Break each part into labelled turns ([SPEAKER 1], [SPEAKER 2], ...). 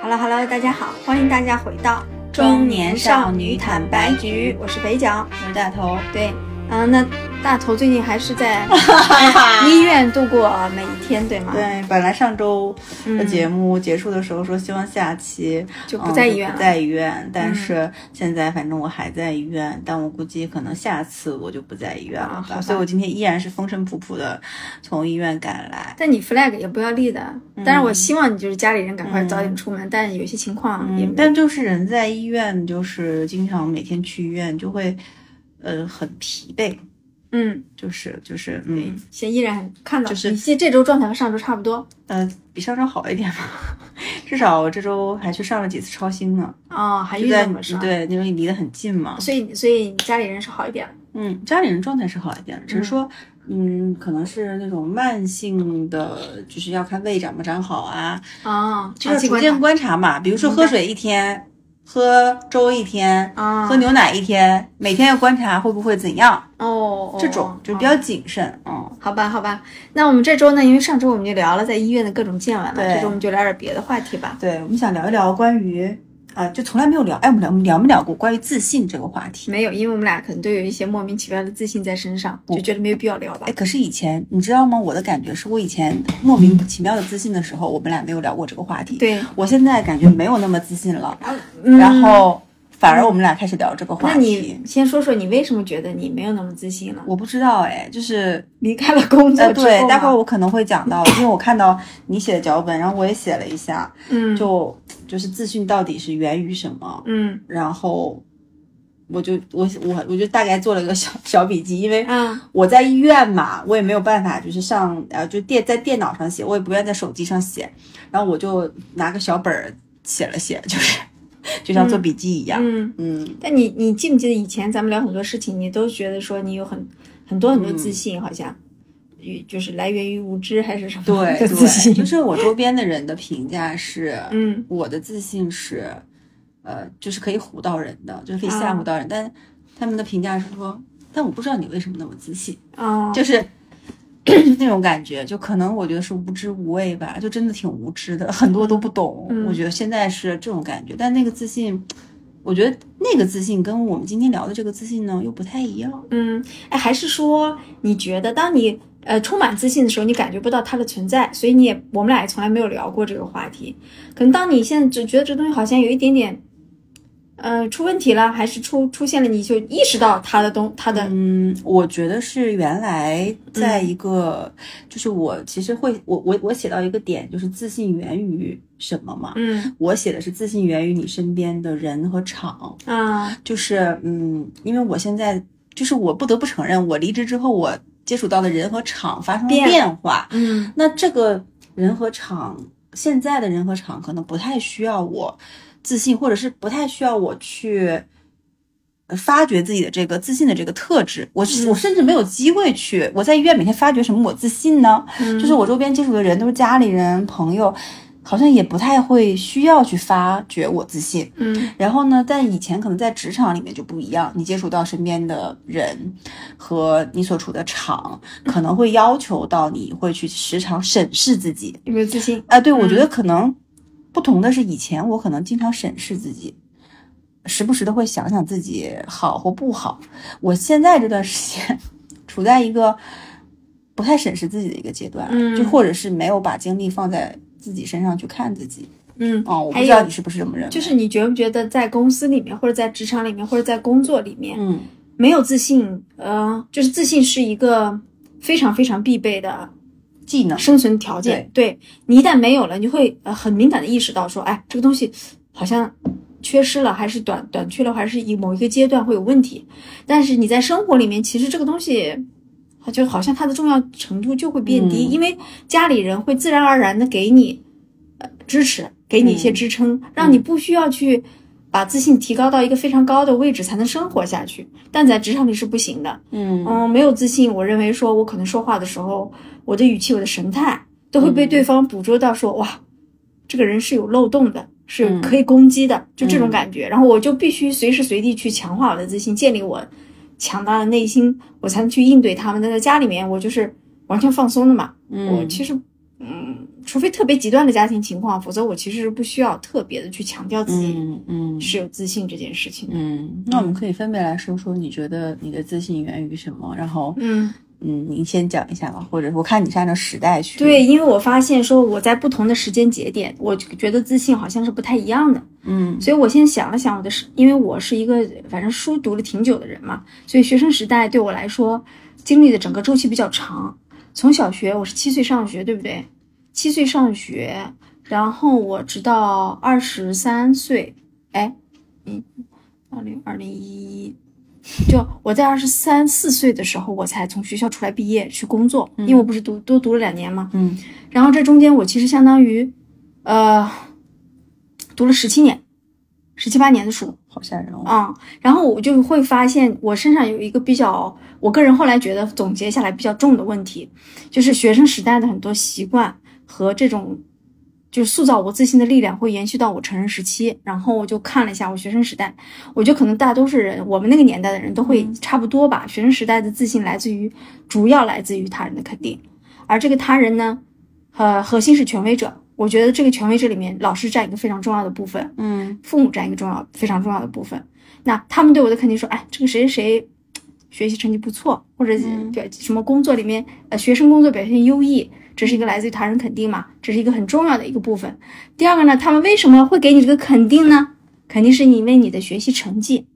[SPEAKER 1] Hello Hello，大家好，欢迎大家回到
[SPEAKER 2] 中年少女坦白局
[SPEAKER 1] 我是北角。
[SPEAKER 2] 我是大头，
[SPEAKER 1] 对，嗯、那大头最近还是 在医院度过每一天，对吗？，
[SPEAKER 2] 对，本来上周的
[SPEAKER 1] 嗯，
[SPEAKER 2] 节目结束的时候说希望下期
[SPEAKER 1] 就
[SPEAKER 2] 嗯
[SPEAKER 1] 不在医院嗯
[SPEAKER 2] 不
[SPEAKER 1] 了。
[SPEAKER 2] 在医院，但是现在反正我还在医院，但我估计可能下次我就不在医院
[SPEAKER 1] 啊
[SPEAKER 2] 了
[SPEAKER 1] 好吧
[SPEAKER 2] 吧，所以我今天依然是风尘仆仆的从医院赶来。
[SPEAKER 1] 但你 flag 也不要立的，
[SPEAKER 2] 嗯
[SPEAKER 1] 但是我希望你就是家里人赶快早点出门，但有些情况也
[SPEAKER 2] 嗯，
[SPEAKER 1] 没
[SPEAKER 2] 但就是人在医院，就是经常每天去医院就会，呃，很疲惫，
[SPEAKER 1] 嗯，
[SPEAKER 2] 就是就是嗯
[SPEAKER 1] 现在依然很看到，
[SPEAKER 2] 就是
[SPEAKER 1] 你这这周状态和上周差不多
[SPEAKER 2] 呃，比上周好一点吧， 至少我这周还去上了几次超星呢。
[SPEAKER 1] 哦，还
[SPEAKER 2] 就
[SPEAKER 1] 遇
[SPEAKER 2] 在
[SPEAKER 1] 到什么事？，
[SPEAKER 2] 对，因为你离得很近嘛。
[SPEAKER 1] 所以所以你家里人是好一点了，
[SPEAKER 2] 嗯，家里人状态是好一点，只是说，嗯，可能是那种慢性的，就是要看胃长不长好啊，
[SPEAKER 1] 哦，
[SPEAKER 2] 就
[SPEAKER 1] 长期
[SPEAKER 2] 是逐
[SPEAKER 1] 观
[SPEAKER 2] 渐
[SPEAKER 1] 察
[SPEAKER 2] 观察嘛。比如说
[SPEAKER 1] 明白
[SPEAKER 2] 喝水一天，喝粥一天，
[SPEAKER 1] 啊，
[SPEAKER 2] 喝牛奶一天，每天要观察会不会怎样，
[SPEAKER 1] 哦，
[SPEAKER 2] 这
[SPEAKER 1] 哦
[SPEAKER 2] 种就
[SPEAKER 1] 哦
[SPEAKER 2] 比较谨慎。嗯，
[SPEAKER 1] 好吧，好吧，那我们这周呢，因为上周我们就聊了在医院的各种见闻嘛，
[SPEAKER 2] 对
[SPEAKER 1] 这周我们就聊点别的话题吧。
[SPEAKER 2] 对，我们想聊一聊关于。啊，就从来没有聊，哎，我们聊我们聊没聊过关于自信这个话题？
[SPEAKER 1] 没有，因为我们俩可能都有一些莫名其妙的自信在身上，就觉得没有必要聊吧
[SPEAKER 2] 哎，。可是以前你知道吗？我的感觉是我以前莫名
[SPEAKER 1] 嗯
[SPEAKER 2] 其妙的自信的时候，我们俩没有聊过这个话题。
[SPEAKER 1] 对，
[SPEAKER 2] 我现在感觉没有那么自信了，
[SPEAKER 1] 嗯
[SPEAKER 2] 然后反而我们俩开始聊这个话
[SPEAKER 1] 那
[SPEAKER 2] 题
[SPEAKER 1] 你。先说说你为什么觉得你没有那么自信了？
[SPEAKER 2] 我不知道哎，就是
[SPEAKER 1] 离开了工作
[SPEAKER 2] 呃，
[SPEAKER 1] 之后、
[SPEAKER 2] 对，待会儿我可能会讲到，因为我看到你写的脚本，然后我也写了一下，
[SPEAKER 1] 嗯
[SPEAKER 2] 就就是自信到底是源于什么，
[SPEAKER 1] 嗯
[SPEAKER 2] 然后我就我我我就大概做了个小小笔记，因为
[SPEAKER 1] 嗯
[SPEAKER 2] 我在医院嘛，我也没有办法，就是上呃，就电在电脑上写，我也不愿在手机上写，然后我就拿个小本儿写了写，就是就像做笔记一样。
[SPEAKER 1] 嗯。
[SPEAKER 2] 嗯，
[SPEAKER 1] 但你你记不记得以前咱们聊很多事情，你都觉得说你有很很多很多自
[SPEAKER 2] 嗯
[SPEAKER 1] 信，好像与就是来源于无知还是什么
[SPEAKER 2] 对
[SPEAKER 1] 的自
[SPEAKER 2] 对，就
[SPEAKER 1] 信？
[SPEAKER 2] 是我周边的人的评价是，
[SPEAKER 1] 嗯
[SPEAKER 2] 我的自信是，呃，就是可以唬到人的，就是可以
[SPEAKER 1] 啊
[SPEAKER 2] 吓唬到人，但他们的评价是说，但我不知道你为什么那么自信，
[SPEAKER 1] 哦，
[SPEAKER 2] 就是 那种感觉，就可能我觉得是无知无畏吧，就真的挺无知的，很多都不懂。
[SPEAKER 1] 嗯
[SPEAKER 2] 我觉得现在是这种感觉，但那个自信，我觉得那个自信跟我们今天聊的这个自信呢又不太一样。
[SPEAKER 1] 嗯，哎，还是说你觉得当你呃充满自信的时候，你感觉不到它的存在，所以你也我们俩也从来没有聊过这个话题。可能当你现在只觉得这东西好像有一点点，呃，出问题了，还是出出现了，你就意识到它的东它的
[SPEAKER 2] 嗯，我觉得是原来在一个，就是我其实会，我我我写到一个点，就是自信源于什么嘛？
[SPEAKER 1] 嗯
[SPEAKER 2] 我写的是自信源于你身边的人和场。
[SPEAKER 1] 啊
[SPEAKER 2] 就是嗯，因为我现在就是我不得不承认，我离职之后，我接触到的人和场发生了
[SPEAKER 1] 变了
[SPEAKER 2] 变化。
[SPEAKER 1] 嗯
[SPEAKER 2] 那这个人和场，现在的人和场可能不太需要我自信，或者是不太需要我去。呃发掘自己的这个自信的这个特质，我是、我甚至没有机会去。我在医院每天发掘什么我自信呢？
[SPEAKER 1] 嗯
[SPEAKER 2] 就是我周边接触的人都是家里人、朋友，好像也不太会需要去发掘我自信。
[SPEAKER 1] 嗯
[SPEAKER 2] 然后呢，但以前可能在职场里面就不一样，你接触到身边的人和你所处的场，
[SPEAKER 1] 嗯
[SPEAKER 2] 可能会要求到你会去时常审视自己。
[SPEAKER 1] 有没有自信？
[SPEAKER 2] 啊，对，我觉得可能不同的是，以前我可能经常审视自己，时不时的会想想自己好或不好。我现在这段时间处在一个不太审视自己的一个阶段，
[SPEAKER 1] 嗯
[SPEAKER 2] 就或者是没有把精力放在自己身上去看自己。
[SPEAKER 1] 嗯，
[SPEAKER 2] 哦，我不
[SPEAKER 1] 还
[SPEAKER 2] 知道
[SPEAKER 1] 有
[SPEAKER 2] 你是不是这么认为，
[SPEAKER 1] 就是你觉不觉得在公司里面，或者在职场里面，或者在工作里面，
[SPEAKER 2] 嗯。
[SPEAKER 1] 没有自信，呃，就是自信是一个非常非常必备的
[SPEAKER 2] 技能
[SPEAKER 1] 生存条件。对你一旦没有了，你就会呃很敏感的意识到说，哎，这个东西好像缺失了，还是短短缺了，还是以某一个阶段会有问题。但是你在生活里面，其实这个东西。它就好像它的重要程度就会变低，
[SPEAKER 2] 嗯
[SPEAKER 1] 因为家里人会自然而然的给你呃支持，给你一些
[SPEAKER 2] 嗯
[SPEAKER 1] 支撑，让你不需要去把自信提高到一个非常高的位置才能生活下去。但在职场里是不行的，
[SPEAKER 2] 嗯
[SPEAKER 1] 嗯，没有自信，我认为说我可能说话的时候，我的语气、我的神态都会被
[SPEAKER 2] 嗯
[SPEAKER 1] 对方捕捉到说，哇，这个人是有漏洞的，是有
[SPEAKER 2] 嗯
[SPEAKER 1] 可以攻击的，就这种
[SPEAKER 2] 嗯
[SPEAKER 1] 感觉。然后我就必须随时随地去强化我的自信，建立我强大的内心，我才能去应对他们。但在家里面，我就是完全放松的嘛，我
[SPEAKER 2] 嗯，
[SPEAKER 1] 其实，嗯，除非特别极端的家庭情况，否则我其实是不需要特别的去强调自己
[SPEAKER 2] 嗯嗯
[SPEAKER 1] 是有自信这件事情的。
[SPEAKER 2] 嗯，那我们可以分别来说说，你觉得你的自信源于什么？然后，
[SPEAKER 1] 嗯，
[SPEAKER 2] 嗯，你先讲一下吧，或者我看你是按照时代去。
[SPEAKER 1] 对，，因为我发现说我在不同的时间节点，我觉得自信好像是不太一样的。
[SPEAKER 2] 嗯
[SPEAKER 1] 所以我先想了想我的是，因为我是一个反正书读了挺久的人嘛，所以学生时代对我来说经历的整个周期比较长。从小学我是七岁上学，对不对？七岁上学，然后我直到二十三岁，哎，嗯，二零二零一一，就我在二十三四岁的时候，我才从学校出来毕业去工作，因为我不是读多读了两年嘛，
[SPEAKER 2] 嗯
[SPEAKER 1] 然后这中间我其实相当于，呃，读了十七年，十七八年的书
[SPEAKER 2] 好吓人哦。
[SPEAKER 1] 啊、然后我就会发现我身上有一个比较，我个人后来觉得总结下来比较重的问题，就是学生时代的很多习惯和这种。就是塑造我自信的力量会延续到我成人时期，然后我就看了一下我学生时代，我觉得可能大多数人，我们那个年代的人都会差不多吧。学生时代的自信来自于，主要来自于他人的肯定，而这个他人呢，呃，核心是权威者。我觉得这个权威者里面，老师占一个非常重要的部分，
[SPEAKER 2] 嗯
[SPEAKER 1] 父母占一个重要非常重要的部分。那他们对我的肯定说，哎，这个谁谁谁学习成绩不错，或者
[SPEAKER 2] 嗯
[SPEAKER 1] 表什么工作里面，呃，学生工作表现优异，这是一个来自于他人肯定嘛，这是一个很重要的一个部分。第二个呢，他们为什么会给你这个肯定呢？肯定是因为你的学习成绩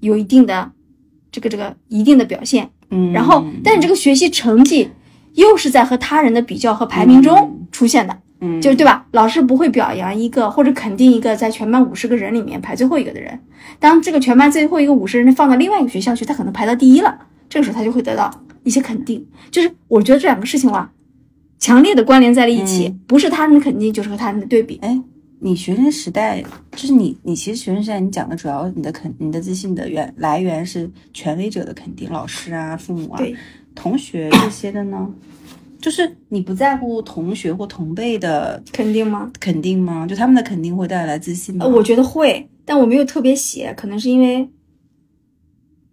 [SPEAKER 1] 有一定的这个这个一定的表现，
[SPEAKER 2] 嗯
[SPEAKER 1] 然后，但你这个学习成绩又是在和他人的比较和排名中
[SPEAKER 2] 嗯
[SPEAKER 1] 出现的。
[SPEAKER 2] 嗯
[SPEAKER 1] 就是对吧？老师不会表扬一个或者肯定一个在全班五十个人里面排最后一个的人。当这个全班最后一个五十人放到另外一个学校去，他可能排到第一了，这个时候他就会得到一些肯定。就是我觉得这两个事情哇，强烈的关联在了一起，
[SPEAKER 2] 嗯
[SPEAKER 1] 不是他人的肯定，就是和他人的对比。
[SPEAKER 2] 哎，你学生时代就是你，你其实学生时代你讲的主要你的肯你的自信的源来源是权威者的肯定，老师啊、父母啊、
[SPEAKER 1] 对
[SPEAKER 2] 同学这些的呢，就是你不在乎同学或同辈的
[SPEAKER 1] 肯定吗？
[SPEAKER 2] 肯定吗？就他们的肯定会带来自信吗？
[SPEAKER 1] 呃，我觉得会，但我没有特别写，可能是因为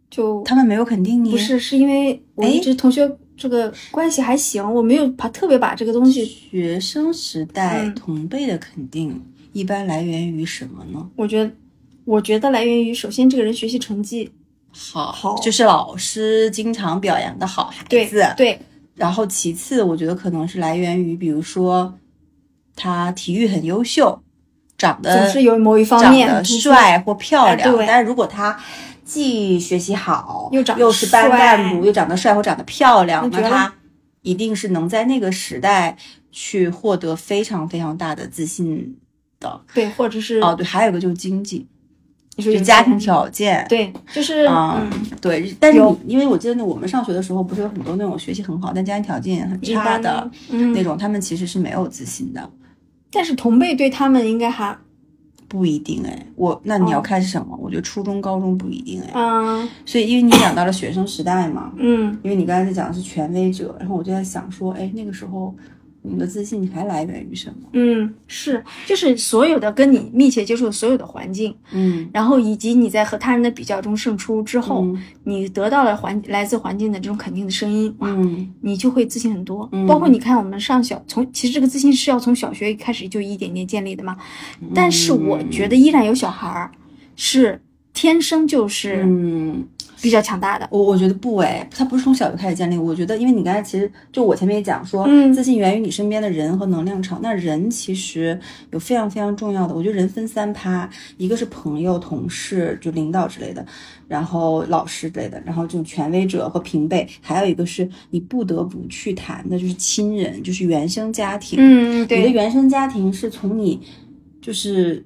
[SPEAKER 1] 就
[SPEAKER 2] 他们没有肯定你，
[SPEAKER 1] 不是，是因为我一
[SPEAKER 2] 哎
[SPEAKER 1] 直同学这个关系还行，我没有把特别把这个东西
[SPEAKER 2] 学生时代
[SPEAKER 1] 嗯
[SPEAKER 2] 同辈的肯定一般来源于什么呢？
[SPEAKER 1] 我觉得，我觉得来源于首先这个人学习成绩，
[SPEAKER 2] 好，
[SPEAKER 1] 好
[SPEAKER 2] 就是老师经常表扬的好孩子，
[SPEAKER 1] 对对
[SPEAKER 2] 然后其次，我觉得可能是来源于，比如说他体育很优秀，长
[SPEAKER 1] 总
[SPEAKER 2] 得
[SPEAKER 1] 是有某一方
[SPEAKER 2] 呃长
[SPEAKER 1] 面
[SPEAKER 2] 得
[SPEAKER 1] 突出，
[SPEAKER 2] 帅或漂亮，
[SPEAKER 1] 哎对
[SPEAKER 2] 但是如果他既学习好，
[SPEAKER 1] 又长得
[SPEAKER 2] 是班
[SPEAKER 1] 帅
[SPEAKER 2] 干部，又长得帅或长得漂亮，
[SPEAKER 1] 你觉
[SPEAKER 2] 那
[SPEAKER 1] 得
[SPEAKER 2] 他一定是能在那个时代去获得非常非常大的自信的。
[SPEAKER 1] 对，或者是
[SPEAKER 2] 哦，对，还有一个就是经济，
[SPEAKER 1] 你说
[SPEAKER 2] 就
[SPEAKER 1] 有
[SPEAKER 2] 是家庭
[SPEAKER 1] 钱
[SPEAKER 2] 条件，
[SPEAKER 1] 对，就是
[SPEAKER 2] 啊、
[SPEAKER 1] 嗯，
[SPEAKER 2] 对，但是
[SPEAKER 1] 有
[SPEAKER 2] 你因为我记得我们上学的时候，不是有很多那种学习很好但家庭条件很
[SPEAKER 1] 一
[SPEAKER 2] 差
[SPEAKER 1] 般
[SPEAKER 2] 的
[SPEAKER 1] 的，嗯
[SPEAKER 2] 那种，他们其实是没有自信的，
[SPEAKER 1] 但是同辈对他们应该还
[SPEAKER 2] 不一定哎。我那你要
[SPEAKER 1] 哦
[SPEAKER 2] 看是什么？我觉得初中、高中不一定哎。
[SPEAKER 1] 嗯
[SPEAKER 2] 所以因为你讲到了学生时代嘛，
[SPEAKER 1] 嗯
[SPEAKER 2] 因为你刚才在讲的是权威者，然后我就在想说，哎，那个时候我们的自信还来源于什么？
[SPEAKER 1] 嗯是，就是所有的跟你密切接触的所有的环境，
[SPEAKER 2] 嗯，
[SPEAKER 1] 然后以及你在和他人的比较中胜出之后，
[SPEAKER 2] 嗯
[SPEAKER 1] 你得到了环来自环境的这种肯定的声音，哇，
[SPEAKER 2] 嗯
[SPEAKER 1] 你就会自信很多。
[SPEAKER 2] 嗯
[SPEAKER 1] 包括你看，我们上小从其实这个自信是要从小学开始就一点点建立的嘛。但是我觉得依然有小孩儿是天生就是
[SPEAKER 2] 嗯，
[SPEAKER 1] 比较强大的。
[SPEAKER 2] 我我觉得不哎，他不是从小就开始建立。我觉得，因为你刚才其实就我前面也讲说，
[SPEAKER 1] 嗯
[SPEAKER 2] 自信源于你身边的人和能量场。那人其实有非常非常重要的，我觉得人分三趴，一个是朋友、同事，就领导之类的，然后老师之类的，然后这种权威者和平辈，还有一个是你不得不去谈的，就是亲人，就是原生家庭。
[SPEAKER 1] 嗯，
[SPEAKER 2] 你的
[SPEAKER 1] 对，
[SPEAKER 2] 原生家庭是从你就是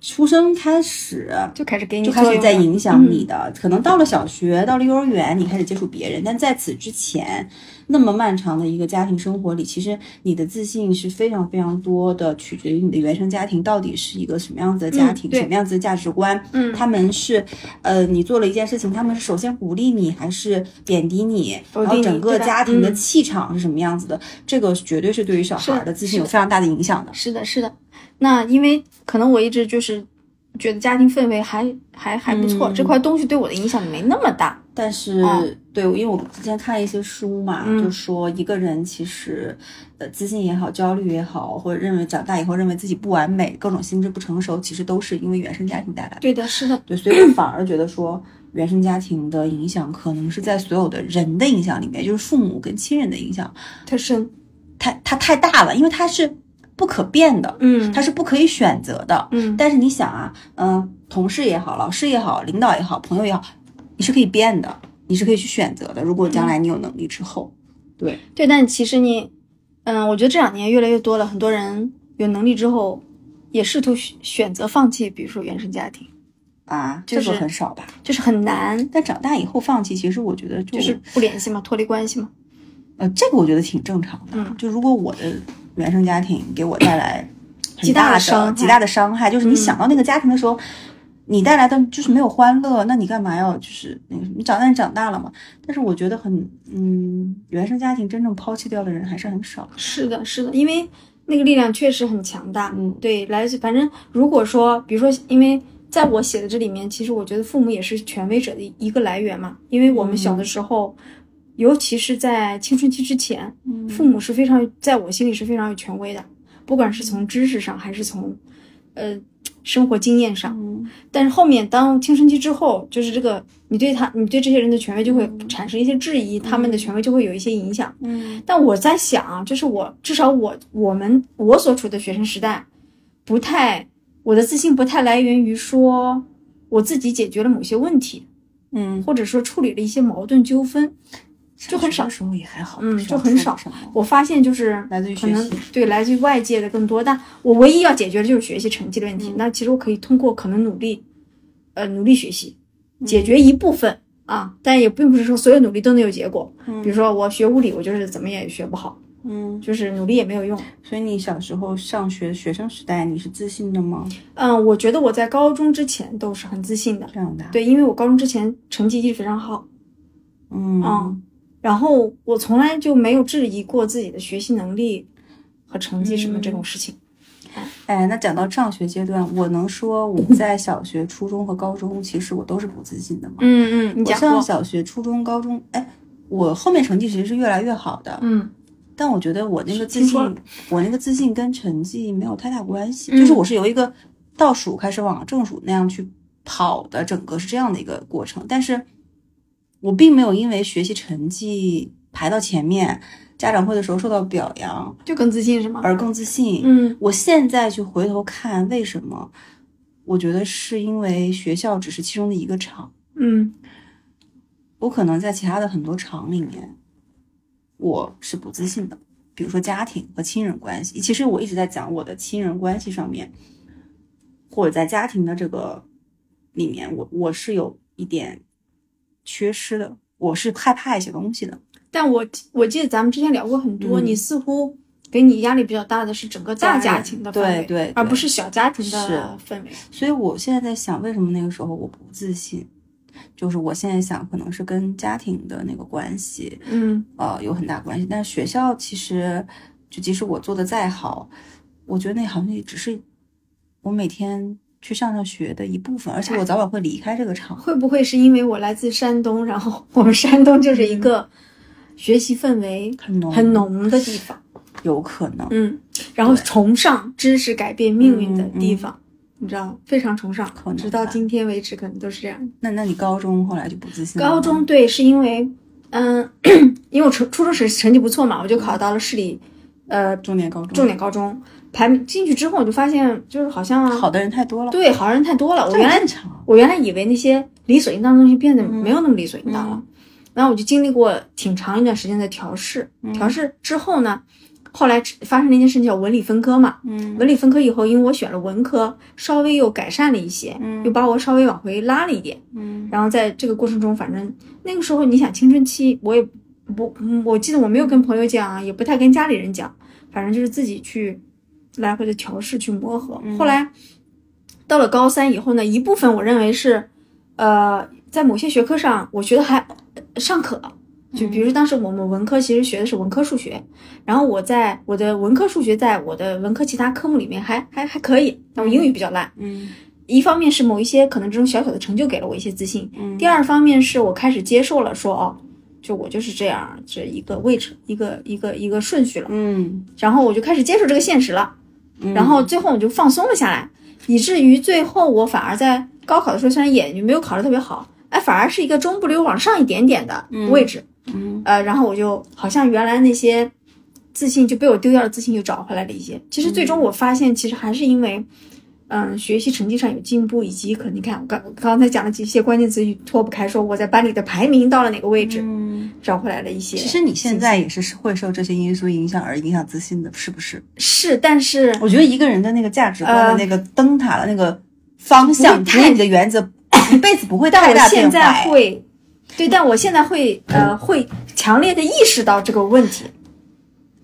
[SPEAKER 2] 出生开始，
[SPEAKER 1] 就嗯开始给你
[SPEAKER 2] 就开
[SPEAKER 1] 作
[SPEAKER 2] 始
[SPEAKER 1] 用
[SPEAKER 2] 在
[SPEAKER 1] 了
[SPEAKER 2] 影响你的。可能到了小学，到了幼儿园，你开始接触别人，但在此之前，那么漫长的一个家庭生活里，其实你的自信是非常非常多的，取决于你的原生家庭到底是一个什么样子的家庭，
[SPEAKER 1] 嗯对
[SPEAKER 2] 什么样子的价值观。
[SPEAKER 1] 嗯
[SPEAKER 2] 他们是，呃，你做了一件事情，他们是首先鼓励你，还是贬低你？
[SPEAKER 1] 否
[SPEAKER 2] 然后
[SPEAKER 1] 定你
[SPEAKER 2] 整个
[SPEAKER 1] 对吧
[SPEAKER 2] 家庭的
[SPEAKER 1] 嗯
[SPEAKER 2] 气场是什么样子的？这个绝对是对于小孩
[SPEAKER 1] 是
[SPEAKER 2] 的
[SPEAKER 1] 的
[SPEAKER 2] 自信有
[SPEAKER 1] 是的
[SPEAKER 2] 非常大的影响的。
[SPEAKER 1] 是的，是的。那因为可能我一直就是觉得家庭氛围还还还不错，
[SPEAKER 2] 嗯
[SPEAKER 1] 这块东西对我的影响没那么大。
[SPEAKER 2] 但是、对，因为我之前看一些书嘛，
[SPEAKER 1] 哦嗯
[SPEAKER 2] 就说一个人其实，呃，自信也好，焦虑也好，或者认为长大以后认为自己不完美，各种心智不成熟，其实都是因为原生家庭带来的。
[SPEAKER 1] 对的，是的，
[SPEAKER 2] 对，所以 我反而觉得说，原生家庭的影响可能是在所有的人的影响里面，就是父母跟亲人的影响，
[SPEAKER 1] 特深。
[SPEAKER 2] 它它太大了，因为它是不可变的，
[SPEAKER 1] 嗯
[SPEAKER 2] 它是不可以选择的。
[SPEAKER 1] 嗯，
[SPEAKER 2] 但是你想啊，嗯、同事也好，老师也好，领导也好，朋友也好，你是可以变的，你是可以去选择的。如果将来你有能力之后，
[SPEAKER 1] 嗯
[SPEAKER 2] 对，
[SPEAKER 1] 对，但其实你，嗯，我觉得这两年越来越多了，很多人有能力之后，也试图选选择放弃，比如说原生家庭，
[SPEAKER 2] 啊，
[SPEAKER 1] 就
[SPEAKER 2] 这个
[SPEAKER 1] 是
[SPEAKER 2] 很少吧。
[SPEAKER 1] 就是很难，
[SPEAKER 2] 但长大以后放弃，其实我觉得就
[SPEAKER 1] 就是不联系嘛，脱离关系嘛。
[SPEAKER 2] 呃，这个我觉得挺正常的。
[SPEAKER 1] 嗯
[SPEAKER 2] 就如果我的原生家庭给我带来很
[SPEAKER 1] 极大的
[SPEAKER 2] 大
[SPEAKER 1] 伤害
[SPEAKER 2] 极大的伤害，就是你
[SPEAKER 1] 嗯
[SPEAKER 2] 想到那个家庭的时候，你带来的就是没有欢乐，那你干嘛要就是那个什么？你长大你长大了嘛？但是我觉得很嗯，原生家庭真正抛弃掉的人还是很少。
[SPEAKER 1] 是的，是的，因为那个力量确实很强大。
[SPEAKER 2] 嗯
[SPEAKER 1] 对，来自反正如果说，比如说，因为在我写的这里面，其实我觉得父母也是权威者的一个来源嘛，因为我们小的时候，尤其是在青春期之前，
[SPEAKER 2] 嗯
[SPEAKER 1] 父母是非常在我心里是非常有权威的，不管是从知识上还是从，呃。生活经验上，
[SPEAKER 2] 嗯
[SPEAKER 1] 但是后面当青春期之后，就是这个你对他，你对这些人的权威就会产生一些质疑，他们的权威就会有一些影响。
[SPEAKER 2] 嗯
[SPEAKER 1] 但我在想啊，就是我至少我我们我所处的学生时代，不太我的自信不太来源于说我自己解决了某些问题，
[SPEAKER 2] 嗯，
[SPEAKER 1] 或者说处理了一些矛盾纠纷。就很少
[SPEAKER 2] 小时候也还好，
[SPEAKER 1] 嗯
[SPEAKER 2] 不需要
[SPEAKER 1] 就很
[SPEAKER 2] 说
[SPEAKER 1] 少
[SPEAKER 2] 什么
[SPEAKER 1] 我发现就是
[SPEAKER 2] 来自于
[SPEAKER 1] 可
[SPEAKER 2] 学
[SPEAKER 1] 能
[SPEAKER 2] 习
[SPEAKER 1] 对来自于外界的更多，但我唯一要解决的就是学习成绩的问
[SPEAKER 2] 嗯
[SPEAKER 1] 题。那其实我可以通过可能努力，呃，努力学习，
[SPEAKER 2] 嗯
[SPEAKER 1] 解决一部分、啊，但也并不是说所有努力都能有结果。
[SPEAKER 2] 嗯
[SPEAKER 1] 比如说我学物理，我就是怎么也学不好，
[SPEAKER 2] 嗯，
[SPEAKER 1] 就是努力也没有用。
[SPEAKER 2] 所以你小时候上学学生时代你是自信的吗？
[SPEAKER 1] 嗯，我觉得我在高中之前都是很自信的，
[SPEAKER 2] 这样的啊，
[SPEAKER 1] 对，因为我高中之前成绩一直非常好，
[SPEAKER 2] 嗯
[SPEAKER 1] 嗯，然后我从来就没有质疑过自己的学习能力和成绩什么
[SPEAKER 2] 嗯
[SPEAKER 1] 这种事情。啊
[SPEAKER 2] 哎，那讲到上学阶段，我能说我在小学、初中和高中，其实我都是不自信的吗？
[SPEAKER 1] 嗯嗯，你
[SPEAKER 2] 我
[SPEAKER 1] 讲
[SPEAKER 2] 上
[SPEAKER 1] 过，
[SPEAKER 2] 小学、初中、高中，哎，我后面成绩其实是越来越好的，
[SPEAKER 1] 嗯
[SPEAKER 2] 但我觉得我那个自
[SPEAKER 1] 听说
[SPEAKER 2] 信，我那个自信跟成绩没有太大关系，
[SPEAKER 1] 嗯
[SPEAKER 2] 就是我是由一个倒数开始往正数那样去跑的，整个是这样的一个过程。但是我并没有因为学习成绩排到前面，家长会的时候受到表扬
[SPEAKER 1] 就更自信是吗？
[SPEAKER 2] 而更自信，
[SPEAKER 1] 嗯
[SPEAKER 2] 我现在去回头看，为什么？我觉得是因为学校只是其中的一个场，
[SPEAKER 1] 嗯
[SPEAKER 2] 我可能在其他的很多场里面，我是不自信的，比如说家庭和亲人关系。其实我一直在讲我的亲人关系上面，或者在家庭的这个里面，我我是有一点缺失的，我是害怕一些东西的。
[SPEAKER 1] 但我我记得咱们之前聊过很多，
[SPEAKER 2] 嗯
[SPEAKER 1] 你似乎给你压力比较大的是整个大
[SPEAKER 2] 家
[SPEAKER 1] 家
[SPEAKER 2] 人
[SPEAKER 1] 庭的氛
[SPEAKER 2] 对
[SPEAKER 1] 围，
[SPEAKER 2] 对对
[SPEAKER 1] 而不是小家庭
[SPEAKER 2] 是
[SPEAKER 1] 的氛围。
[SPEAKER 2] 所以我现在在想，为什么那个时候我不自信？就是我现在想，可能是跟家庭的那个关系，
[SPEAKER 1] 嗯
[SPEAKER 2] 呃有很大关系。但是学校其实，就即使我做的再好，我觉得那好像也只是我每天去上上学的一部分，而且我早晚会离开这个场。
[SPEAKER 1] 会不会是因为我来自山东，然后我们山东就是
[SPEAKER 2] 嗯
[SPEAKER 1] 一个学习氛围
[SPEAKER 2] 很浓
[SPEAKER 1] 很浓的地方，
[SPEAKER 2] 有可能，
[SPEAKER 1] 嗯，然后崇尚知识改变命运的地方，你知道吗？非常崇尚
[SPEAKER 2] 嗯可，能
[SPEAKER 1] 直到
[SPEAKER 2] 吧嗯
[SPEAKER 1] 今天为止，可能都是这样。
[SPEAKER 2] 那那你高中后来就不自信了吗？
[SPEAKER 1] 高中对，是因为，嗯， 因为我初初中时成绩不错嘛，我就考到了市里，
[SPEAKER 2] 嗯
[SPEAKER 1] 呃，
[SPEAKER 2] 重点高中，
[SPEAKER 1] 重点高中，排名进去之后，我就发现就是好像
[SPEAKER 2] 好的人太多了，
[SPEAKER 1] 对好人太多了，我
[SPEAKER 2] 这
[SPEAKER 1] 原
[SPEAKER 2] 很嗯
[SPEAKER 1] 来
[SPEAKER 2] 正常。
[SPEAKER 1] 我原来以为那些理所应当的东西变得没有那么理所应当了。
[SPEAKER 2] 嗯
[SPEAKER 1] 然后我就经历过挺长一段时间的调试，
[SPEAKER 2] 嗯
[SPEAKER 1] 调试之后呢，后来发生了一件事情叫文理分科嘛。
[SPEAKER 2] 嗯
[SPEAKER 1] 文理分科以后，因为我选了文科，稍微又改善了一些，又把我稍微往回拉了一点。
[SPEAKER 2] 嗯
[SPEAKER 1] 然后在这个过程中，反正那个时候你想青春期，我也不，嗯我记得我没有跟朋友讲，啊也不太跟家里人讲，反正就是自己去来回的调试去磨合。后来到了高三以后呢，一部分我认为是，呃，在某些学科上我学的还呃尚可。就比如当时我们文科其实学的是文科数学，然后我在我的文科数学在我的文科其他科目里面还还还可以，但我英语比较烂，
[SPEAKER 2] 嗯
[SPEAKER 1] 一方面是某一些可能这种小小的成就给了我一些自信，
[SPEAKER 2] 嗯
[SPEAKER 1] 第二方面是我开始接受了说哦，就我就是这样这一个位置，一个一个一个顺序了，
[SPEAKER 2] 嗯，
[SPEAKER 1] 然后我就开始接受这个现实了，
[SPEAKER 2] 嗯
[SPEAKER 1] 然后最后我就放松了下来，以至于最后我反而在高考的时候，虽然也没有考得特别好，哎，反而是一个中不溜往上一点点的位置，
[SPEAKER 2] 嗯
[SPEAKER 1] 呃，然后我就好像原来那些自信就被我丢掉的自信又找回来了一些。其实最
[SPEAKER 2] 嗯
[SPEAKER 1] 终我发现，其实还是因为，嗯，学习成绩上有进步，以及可能你看我刚我刚才讲的这些关键词语脱不开，说我在班里的排名到了哪个位置，
[SPEAKER 2] 嗯，
[SPEAKER 1] 找回来了一些。
[SPEAKER 2] 其实你现在也是会受这些因素影响而影响自信的，是不是？
[SPEAKER 1] 是，但是
[SPEAKER 2] 我觉得一个人的那个价值观的那个灯塔的那个方向，
[SPEAKER 1] 嗯不
[SPEAKER 2] 指
[SPEAKER 1] 会太
[SPEAKER 2] 引你的原则， 一辈子不会
[SPEAKER 1] 但
[SPEAKER 2] 太
[SPEAKER 1] 我
[SPEAKER 2] 大
[SPEAKER 1] 现
[SPEAKER 2] 变化。
[SPEAKER 1] 在
[SPEAKER 2] 哎
[SPEAKER 1] 会，对，但我现在会呃会强烈的意识到这个问题。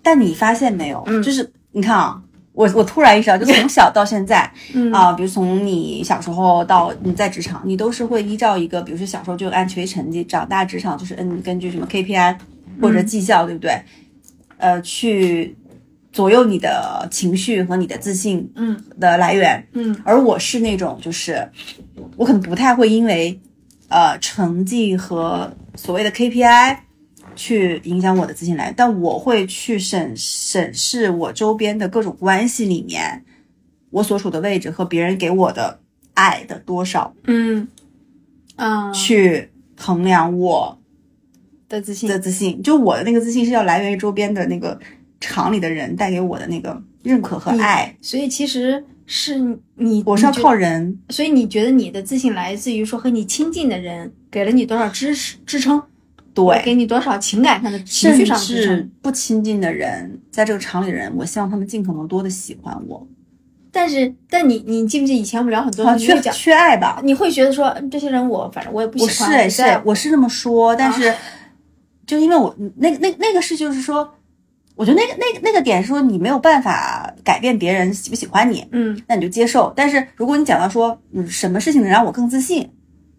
[SPEAKER 2] 但你发现没有，
[SPEAKER 1] 嗯
[SPEAKER 2] 就是你看啊，我我突然意识到，就从小到现在，
[SPEAKER 1] 嗯
[SPEAKER 2] 啊，比如从你小时候到你在职场，你都是会依照一个，比如说小时候就按学习成绩，长大职场就是嗯根据什么 KPI
[SPEAKER 1] 嗯
[SPEAKER 2] 或者绩效，对不对？呃，去左右你的情绪和你的自信
[SPEAKER 1] 嗯
[SPEAKER 2] 的来源。
[SPEAKER 1] 嗯
[SPEAKER 2] 而我是那种就是我可能不太会因为呃成绩和所谓的 KPI 去影响我的自信来源，但我会去审审视我周边的各种关系里面我所处的位置和别人给我的爱的多少，
[SPEAKER 1] 嗯嗯，
[SPEAKER 2] 去衡量我
[SPEAKER 1] 的自信
[SPEAKER 2] 的自信。就我的那个自信是要来源于周边的那个厂里的人带给我的那个认可和
[SPEAKER 1] 嗯
[SPEAKER 2] 爱，
[SPEAKER 1] 所以其实是你，
[SPEAKER 2] 我是要
[SPEAKER 1] 你觉
[SPEAKER 2] 靠人。
[SPEAKER 1] 所以你觉得你的自信来自于说和你亲近的人给了你多少支持支撑，
[SPEAKER 2] 对，
[SPEAKER 1] 给你多少情感上的、情
[SPEAKER 2] 甚
[SPEAKER 1] 绪上的支撑。
[SPEAKER 2] 至不亲近的人，在这个厂里的人，我希望他们尽可能多的喜欢我，
[SPEAKER 1] 但是，但你你记不记得以前我们聊很多，
[SPEAKER 2] 啊，
[SPEAKER 1] 你会
[SPEAKER 2] 缺
[SPEAKER 1] 讲，
[SPEAKER 2] 缺爱吧。
[SPEAKER 1] 你会觉得说嗯这些人我反正我也不
[SPEAKER 2] 我啊
[SPEAKER 1] 喜
[SPEAKER 2] 是
[SPEAKER 1] 欢，
[SPEAKER 2] 哎
[SPEAKER 1] 不
[SPEAKER 2] 是
[SPEAKER 1] 在
[SPEAKER 2] 哎
[SPEAKER 1] 乎
[SPEAKER 2] 我是这么说，但是就因为我那个那那个是就是说，我觉得那个那个那个点是说你没有办法改变别人喜不喜欢你，
[SPEAKER 1] 嗯
[SPEAKER 2] 那你就接受。但是如果你讲到说，嗯，什么事情能让我更自信，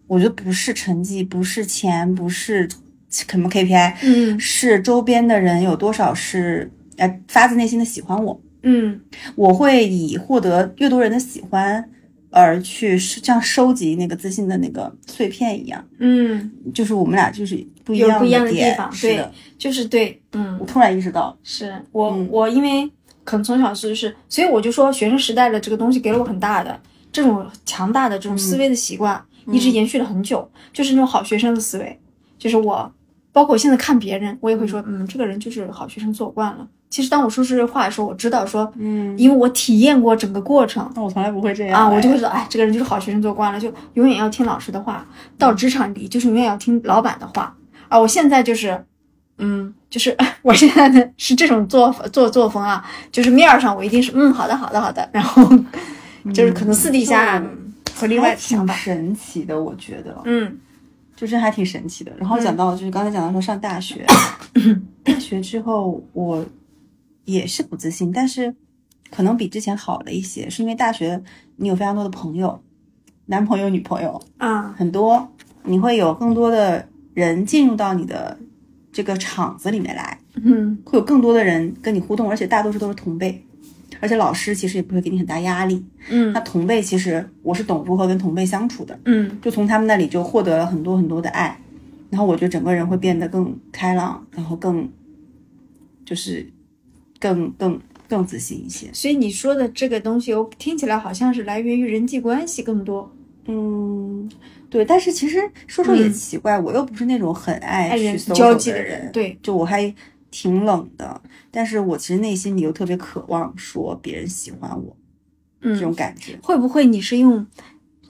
[SPEAKER 2] 我觉得不是成绩，不是钱，不是什么 KPI，
[SPEAKER 1] 嗯
[SPEAKER 2] 是周边的人有多少是呃发自内心的喜欢我。
[SPEAKER 1] 嗯
[SPEAKER 2] 我会以获得越多人的喜欢而去是像收集那个自信的那个碎片一样，
[SPEAKER 1] 嗯，
[SPEAKER 2] 就是我们俩就是不一
[SPEAKER 1] 有
[SPEAKER 2] 样
[SPEAKER 1] 不一样的地
[SPEAKER 2] 点。
[SPEAKER 1] 方
[SPEAKER 2] 是的，
[SPEAKER 1] 就是对，嗯
[SPEAKER 2] 我，突然意识到，
[SPEAKER 1] 是我、
[SPEAKER 2] 嗯
[SPEAKER 1] 我因为可能从小就是，所以我就说学生时代的这个东西给了我很大的这种强大的这种思
[SPEAKER 2] 嗯
[SPEAKER 1] 维的习惯，一直延续了很久，就是那种好学生的思维，就是我包括我现在看别人，我也会说，嗯，这个人就是好学生做惯了。其实当我说出这话的时候，我知道说，
[SPEAKER 2] 嗯，
[SPEAKER 1] 因为我体验过整个过程。
[SPEAKER 2] 但我从来不会这样
[SPEAKER 1] 啊，
[SPEAKER 2] 哎
[SPEAKER 1] 我就会知道，哎，这个人就是好学生做惯了，就永远要听老师的话。到职场里，就是永远要听老板的话。啊，我现在就是，嗯，就是 我现在的是这种作作作风啊，就是面儿上我一定是嗯，好的，好的，好的，然后就是可能私底下
[SPEAKER 2] 就
[SPEAKER 1] 和另外
[SPEAKER 2] 还
[SPEAKER 1] 的想
[SPEAKER 2] 挺
[SPEAKER 1] 法，
[SPEAKER 2] 神奇的，我觉得，
[SPEAKER 1] 嗯
[SPEAKER 2] 就这还挺神奇的。然后讲到就是刚才讲到说上 大学，大学之后我也是不自信，但是可能比之前好了一些，是因为大学你有非常多的朋友，男朋友、女朋友，
[SPEAKER 1] 啊，
[SPEAKER 2] 很多，你会有更多的人进入到你的这个场子里面来，
[SPEAKER 1] 嗯
[SPEAKER 2] 会有更多的人跟你互动，而且大多数都是同辈，而且老师其实也不会给你很大压力。那
[SPEAKER 1] 嗯
[SPEAKER 2] 同辈其实我是懂如何跟同辈相处的，
[SPEAKER 1] 嗯
[SPEAKER 2] 就从他们那里就获得了很多很多的爱，然后我觉得整个人会变得更开朗，然后更就是更更更自信一些。
[SPEAKER 1] 所以你说的这个东西，我听起来好像是来源于人际关系更多，
[SPEAKER 2] 嗯，对，但是其实说说也
[SPEAKER 1] 嗯
[SPEAKER 2] 奇怪，我又不是那种很爱
[SPEAKER 1] 爱
[SPEAKER 2] 去
[SPEAKER 1] 人
[SPEAKER 2] social
[SPEAKER 1] 交际
[SPEAKER 2] 的
[SPEAKER 1] 的
[SPEAKER 2] 人，
[SPEAKER 1] 人，对，
[SPEAKER 2] 就我还挺冷的，但是我其实内心里又特别渴望说别人喜欢我这
[SPEAKER 1] 嗯
[SPEAKER 2] 种，感觉。
[SPEAKER 1] 会不会你是用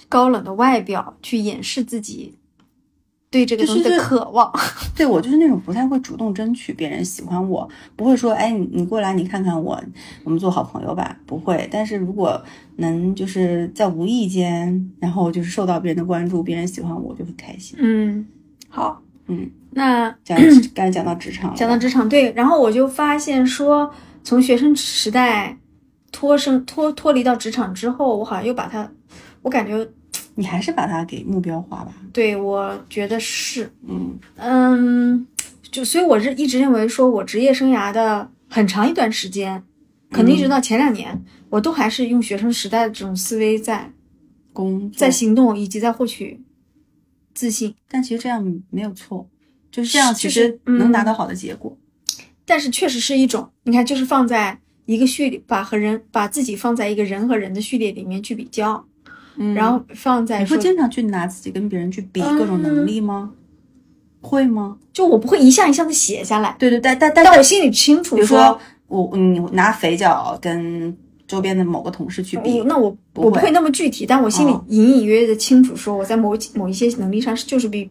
[SPEAKER 1] 高冷的外表去掩饰自己对这个东西
[SPEAKER 2] 就是
[SPEAKER 1] 的渴望？
[SPEAKER 2] 对我就是那种不太会主动争取别人喜欢我，不会说哎你你过来你看看我，我们做好朋友吧，不会。但是如果能就是在无意间，然后就是受到别人的关注，别人喜欢我，我就很开心。
[SPEAKER 1] 嗯，好，
[SPEAKER 2] 嗯，
[SPEAKER 1] 那
[SPEAKER 2] 讲 刚才讲到职场了吧，
[SPEAKER 1] 讲到职场，对，然后我就发现说，从学生时代脱生脱脱离到职场之后，我好像又把它，我感觉
[SPEAKER 2] 你还是把它给目标化吧。
[SPEAKER 1] 对我觉得是，
[SPEAKER 2] 嗯
[SPEAKER 1] 嗯，就所以我是一直认为说我职业生涯的很长一段时嗯间，可能一直到前两年，我都还是用学生时代的这种思维在
[SPEAKER 2] 工作
[SPEAKER 1] 在行动以及在获取自信。
[SPEAKER 2] 但其实这样没有错，就是这样，
[SPEAKER 1] 就
[SPEAKER 2] 其
[SPEAKER 1] 是嗯
[SPEAKER 2] 实能达到好的结果。
[SPEAKER 1] 但是确实是一种，你看，就是放在一个序列，把和人把自己放在一个人和人的序列里面去比较，
[SPEAKER 2] 嗯
[SPEAKER 1] 然后放在
[SPEAKER 2] 你会
[SPEAKER 1] 说，嗯
[SPEAKER 2] 经常去拿自己跟别人去比各种能力吗？会吗？
[SPEAKER 1] 就我不会一项一项的写下来，
[SPEAKER 2] 对对，但但但
[SPEAKER 1] 但我心里清楚
[SPEAKER 2] 比如
[SPEAKER 1] 说
[SPEAKER 2] 说，我你拿肥脚跟周边的某个同事去比
[SPEAKER 1] 我，那我
[SPEAKER 2] 不
[SPEAKER 1] 我不
[SPEAKER 2] 会
[SPEAKER 1] 会那么具体，但我心里
[SPEAKER 2] 哦
[SPEAKER 1] 隐隐约约的清楚，说我在某几某一些能力上是就是比，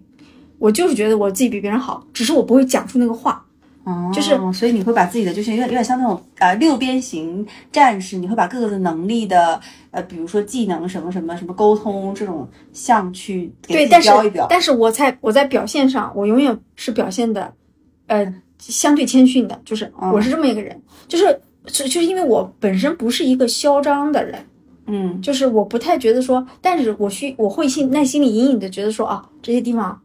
[SPEAKER 1] 我就是觉得我自己比别人好，只是我不会讲出那个话，
[SPEAKER 2] 哦
[SPEAKER 1] 嗯就是
[SPEAKER 2] 所以你会把自己的就是有点有点像那种呃六边形战士，你会把各个的能力的呃，比如说技能什么什么什么沟通这种项去给
[SPEAKER 1] 对，
[SPEAKER 2] 自
[SPEAKER 1] 但
[SPEAKER 2] 己
[SPEAKER 1] 是
[SPEAKER 2] 标一标。
[SPEAKER 1] 但是我在我在表现上，我永远是表现的，呃，相对谦逊的，就是
[SPEAKER 2] 嗯
[SPEAKER 1] 我是这么一个人，就是就就是因为我本身不是一个嚣张的人，
[SPEAKER 2] 嗯
[SPEAKER 1] 就是我不太觉得说，但是我需我会心内心里隐隐的觉得说啊，这些地方。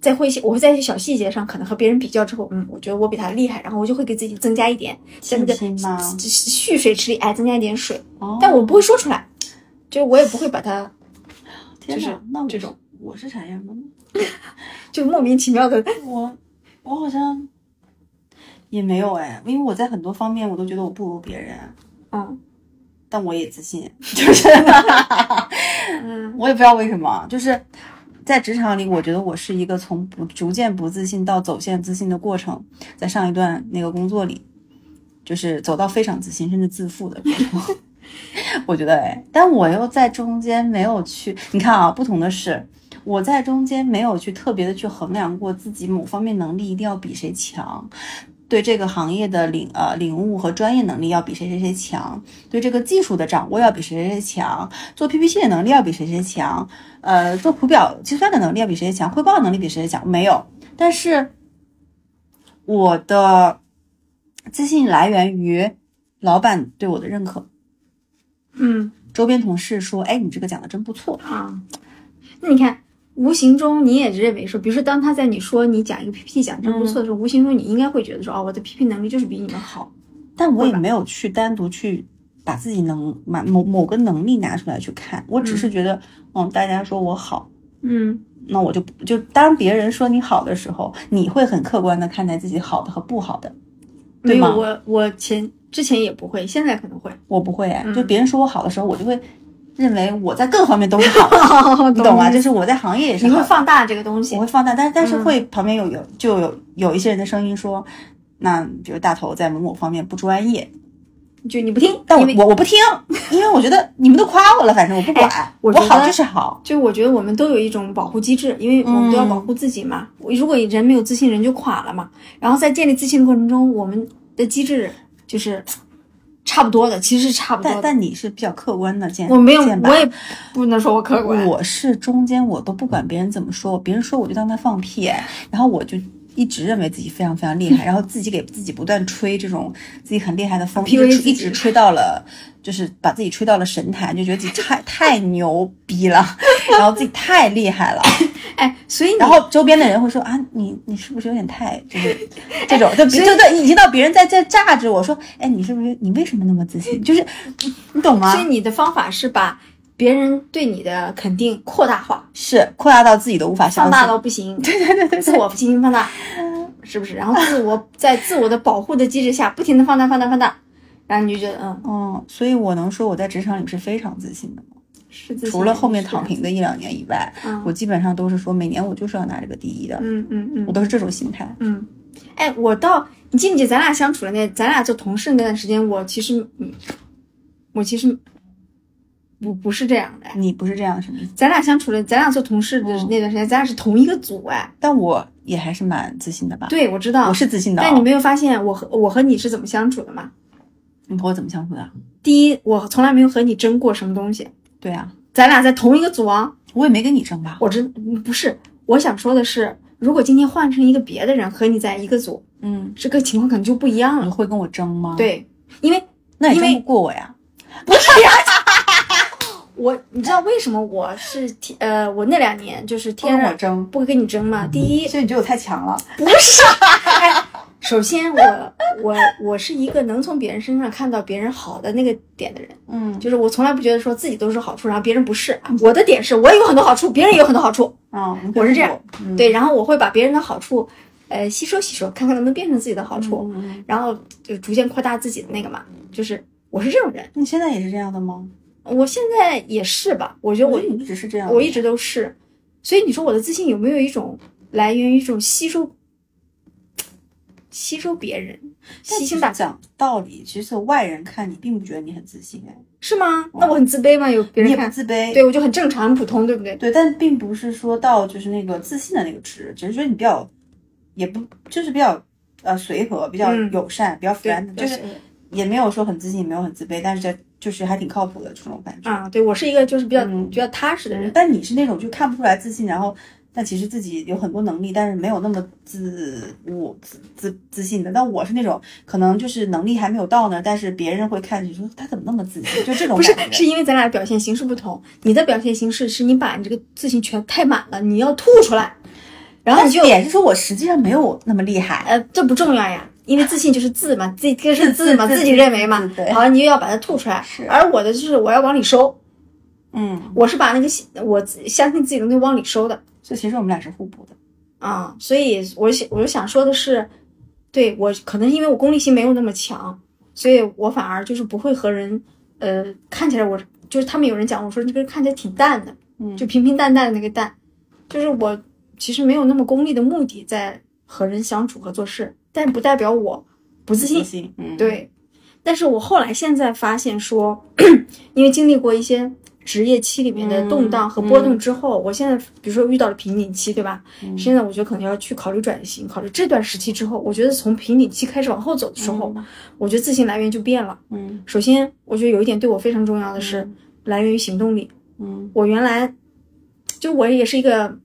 [SPEAKER 1] 在会一些，我会在一些小细节上，可能和别人比较之后，嗯，我觉得我比他厉害，然后我就会给自己增加一点像那
[SPEAKER 2] 信
[SPEAKER 1] 个
[SPEAKER 2] 心吗？
[SPEAKER 1] 蓄水池里哎增加一点水，
[SPEAKER 2] 哦
[SPEAKER 1] 但我不会说出来，就是我也不会把它
[SPEAKER 2] 天
[SPEAKER 1] 就是
[SPEAKER 2] 哪，那我
[SPEAKER 1] 这种
[SPEAKER 2] 我是啥样的呢？
[SPEAKER 1] 就莫名其妙的
[SPEAKER 2] 我我好像也没有哎，因为我在很多方面我都觉得我不如别人，
[SPEAKER 1] 嗯
[SPEAKER 2] 但我也自信，就是
[SPEAKER 1] 嗯
[SPEAKER 2] 我也不知道为什么，就是在职场里，我觉得我是一个从不逐渐不自信到走向自信的过程，在上一段那个工作里，就是走到非常自信甚至自负的过程。 我觉得哎，但我又在中间没有去，你看啊，不同的是，我在中间没有去特别的去衡量过自己某方面能力一定要比谁强，对这个行业的领呃领悟和专业能力要比谁谁谁强，对这个技术的掌握要比谁谁谁强，做 PPT 的能力要比谁谁强，呃，做图表计算的能力要比谁谁强，汇报的能力比谁谁强，没有。但是我的自信来源于老板对我的认可，
[SPEAKER 1] 嗯
[SPEAKER 2] 周边同事说：“哎，你这个讲的真不错。
[SPEAKER 1] 啊，那你看，无形中你也认为说，比如说当他在你说你讲一个 PPT 讲真不错
[SPEAKER 2] 嗯
[SPEAKER 1] 的时候，无形中你应该会觉得说，哦，我的 PPT 能力就是比你们好，”
[SPEAKER 2] 但我
[SPEAKER 1] 会
[SPEAKER 2] 也
[SPEAKER 1] 吧
[SPEAKER 2] 没有去单独去把自己能把某某个能力拿出来去看，我只是觉得，嗯，大家说我好，
[SPEAKER 1] 嗯
[SPEAKER 2] 那我就就当别人说你好的时候，你会很客观的看待自己好的和不好的。
[SPEAKER 1] 没
[SPEAKER 2] 对
[SPEAKER 1] 有
[SPEAKER 2] 吗
[SPEAKER 1] 我我前之前也不会，现在可能会，
[SPEAKER 2] 我不会哎，
[SPEAKER 1] 嗯
[SPEAKER 2] 就别人说我好的时候，我就会认为我在各方面都是好的， 你哦懂吗？
[SPEAKER 1] 你
[SPEAKER 2] 就是我在行业也是
[SPEAKER 1] 你
[SPEAKER 2] 好
[SPEAKER 1] 会
[SPEAKER 2] 的，
[SPEAKER 1] 放大这个东西
[SPEAKER 2] 我，会放大，但但是
[SPEAKER 1] 嗯
[SPEAKER 2] 会旁边有有就有有一些人的声音说，那比如大头在某某方面不专业，
[SPEAKER 1] 就你不听，
[SPEAKER 2] 但
[SPEAKER 1] 因为
[SPEAKER 2] 我我我 不听，因为我觉得你们都夸我了，反正我不管，
[SPEAKER 1] 我
[SPEAKER 2] 我
[SPEAKER 1] 觉得
[SPEAKER 2] 好就是好，
[SPEAKER 1] 就我觉得我们都有一种保护机制，因为我们都要保
[SPEAKER 2] 嗯
[SPEAKER 1] 护自己嘛。我如果人没有自信，人就垮了嘛。然后在建立自信的过程中，我们的机制就是差不多的，其实是差不多
[SPEAKER 2] 但
[SPEAKER 1] 的。
[SPEAKER 2] 但你是比较客观的见，
[SPEAKER 1] 我没有，
[SPEAKER 2] 见吧
[SPEAKER 1] 我也不能说我客观。
[SPEAKER 2] 呃我是中间我都不管别人怎么说，别人说我就当他放屁，哎然后我就一直认为自己非常非常厉害，然后自己给自己不断吹这种自己很厉害的风，一
[SPEAKER 1] PUA
[SPEAKER 2] 直
[SPEAKER 1] 自己
[SPEAKER 2] 吹一直吹到了，就是把自己吹到了神坛，就觉得自己太太牛逼了， 然后自己太厉害了，
[SPEAKER 1] 哎，所以你
[SPEAKER 2] 然后周边的人会说啊，你你是不是有点太就是 这种，就就对，已经到别人在在榨着我说，哎，你是不是你为什么那么自信？就是你懂吗？
[SPEAKER 1] 所以你的方法是把别人对你的肯定扩大化，
[SPEAKER 2] 是扩大到自己都无法相
[SPEAKER 1] 放
[SPEAKER 2] 信，
[SPEAKER 1] 大到不行，对对对对，自我进行放大，是不是？然后自我在自我的保护的机制下，不停的放大、放大、放大，然后你就觉得嗯，
[SPEAKER 2] 哦，所以我能说我在职场里是非常自信的吗，
[SPEAKER 1] 是自己
[SPEAKER 2] 除了后面
[SPEAKER 1] 是
[SPEAKER 2] 躺平的一两年以外，
[SPEAKER 1] 嗯
[SPEAKER 2] 我基本上都是说每年我就是要拿这个第一的，
[SPEAKER 1] 嗯嗯嗯
[SPEAKER 2] 我都是这种心态。
[SPEAKER 1] 嗯，哎，我到你记不记得咱俩相处的那，咱俩做同事那段时间，我其实嗯，我其实我不是这样的。
[SPEAKER 2] 你不是这样什么意思？
[SPEAKER 1] 咱俩相处的，咱俩做同事的
[SPEAKER 2] 嗯
[SPEAKER 1] 那段时间，咱俩是同一个组哎。
[SPEAKER 2] 但我也还是蛮自信的吧？，
[SPEAKER 1] 对，我知道。
[SPEAKER 2] 我是自信的、哦。
[SPEAKER 1] 但你没有发现我和我和你是怎么相处的吗？
[SPEAKER 2] 你和我怎么相处的？啊
[SPEAKER 1] 第一，我从来没有和你争过什么东西，
[SPEAKER 2] 对啊，
[SPEAKER 1] 咱俩在同一个组啊。
[SPEAKER 2] 我也没跟你争吧？
[SPEAKER 1] 我真不是，我想说的是，如果今天换成一个别的人和你在一个组，
[SPEAKER 2] 嗯，
[SPEAKER 1] 这个情况可能就不一样
[SPEAKER 2] 你
[SPEAKER 1] 了。
[SPEAKER 2] 会跟我争吗？，
[SPEAKER 1] 嗯对，因为
[SPEAKER 2] 那你
[SPEAKER 1] 因为
[SPEAKER 2] 争不过我呀。
[SPEAKER 1] 我你知道为什么我是天呃，我那两年就是
[SPEAKER 2] 不
[SPEAKER 1] 天
[SPEAKER 2] 哦跟我
[SPEAKER 1] 然
[SPEAKER 2] 争，
[SPEAKER 1] 不会跟你争吗？第一
[SPEAKER 2] 所以你觉得我太强了？
[SPEAKER 1] 不是，哎首先我我我是一个能从别人身上看到别人好的那个点的人，
[SPEAKER 2] 嗯
[SPEAKER 1] 就是我从来不觉得说自己都是好处，然后别人不是。我的点是我也有很多好处，别人也有很多好处，
[SPEAKER 2] 啊，
[SPEAKER 1] 我是这样
[SPEAKER 2] 嗯，
[SPEAKER 1] 对，然后我会把别人的好处，呃，吸收吸收，看看能不能变成自己的好处，
[SPEAKER 2] 嗯。
[SPEAKER 1] 然后就逐渐扩大自己的那个嘛，就是。我是这种人，
[SPEAKER 2] 你现在也是这样的吗？
[SPEAKER 1] 我现在也是吧，我觉得我
[SPEAKER 2] 我觉得你一直是这样的，
[SPEAKER 1] 我一直都是，所以你说我的自信有没有一种来源于一种吸收，吸收别人，吸
[SPEAKER 2] 但其
[SPEAKER 1] 星
[SPEAKER 2] 实
[SPEAKER 1] 吧？
[SPEAKER 2] 讲道理，其实外人看你并不觉得你很自信，哎，
[SPEAKER 1] 是吗？那我很自卑吗？有别人
[SPEAKER 2] 你也不
[SPEAKER 1] 看，
[SPEAKER 2] 自卑，
[SPEAKER 1] 对我就很正常、很普通，对不对？
[SPEAKER 2] 对，但并不是说到就是那个自信的那个值，只是觉得你比较，也不就是比较呃随和，比较
[SPEAKER 1] 嗯
[SPEAKER 2] 友善，比较
[SPEAKER 1] 对
[SPEAKER 2] friend，，就是
[SPEAKER 1] 对
[SPEAKER 2] 也没有说很自信，也没有很自卑，但是这就是还挺靠谱的这种感觉。
[SPEAKER 1] 啊，对我是一个就是比较
[SPEAKER 2] 嗯
[SPEAKER 1] 比较踏实的人，
[SPEAKER 2] 但你是那种就看不出来自信，然后但其实自己有很多能力，但是没有那么自我自自自信的。但我是那种可能就是能力还没有到呢，但是别人会看你说他怎么那么自信，就这种
[SPEAKER 1] 不是
[SPEAKER 2] 感，觉
[SPEAKER 1] 是因为咱俩表现形式不同。你的表现形式是你把你这个自信全太满了，你要吐出来，然后
[SPEAKER 2] 但
[SPEAKER 1] 你
[SPEAKER 2] 是
[SPEAKER 1] 就
[SPEAKER 2] 也是说我实际上没有那么厉害。
[SPEAKER 1] 呃，这不重要呀，因为自信就是自嘛，自己这个是自嘛，
[SPEAKER 2] 自
[SPEAKER 1] 自己认为嘛
[SPEAKER 2] 自对，
[SPEAKER 1] 好，你就要把它吐出来。
[SPEAKER 2] 是
[SPEAKER 1] 而我的就是我要往里收，
[SPEAKER 2] 嗯，
[SPEAKER 1] 我是把那个信我自相信自己的东西往里收的
[SPEAKER 2] 所以其实我们俩是互补的。
[SPEAKER 1] 啊、所以我想我就想说的是，对我可能因为我功利性没有那么强，所以我反而就是不会和人呃看起来我就是他们有人讲我说这个人看起来挺淡的，
[SPEAKER 2] 嗯
[SPEAKER 1] 就平平淡淡的那个淡，就是我其实没有那么功利的目的在和人相处和做事，但不代表我不自信。
[SPEAKER 2] 信，嗯，，
[SPEAKER 1] 对，但是我后来现在发现说， 因为经历过一些职业期里面的动荡和波动之后，我现在比如说遇到了瓶颈期，对吧？现在我觉得可能要去考虑转型，考虑这段时期之后，我觉得从瓶颈期开始往后走的时候，我觉得自信来源就变了。
[SPEAKER 2] 嗯
[SPEAKER 1] 首先，我觉得有一点对我非常重要的是、来源于行动力。
[SPEAKER 2] 嗯
[SPEAKER 1] 我原来就我也是一个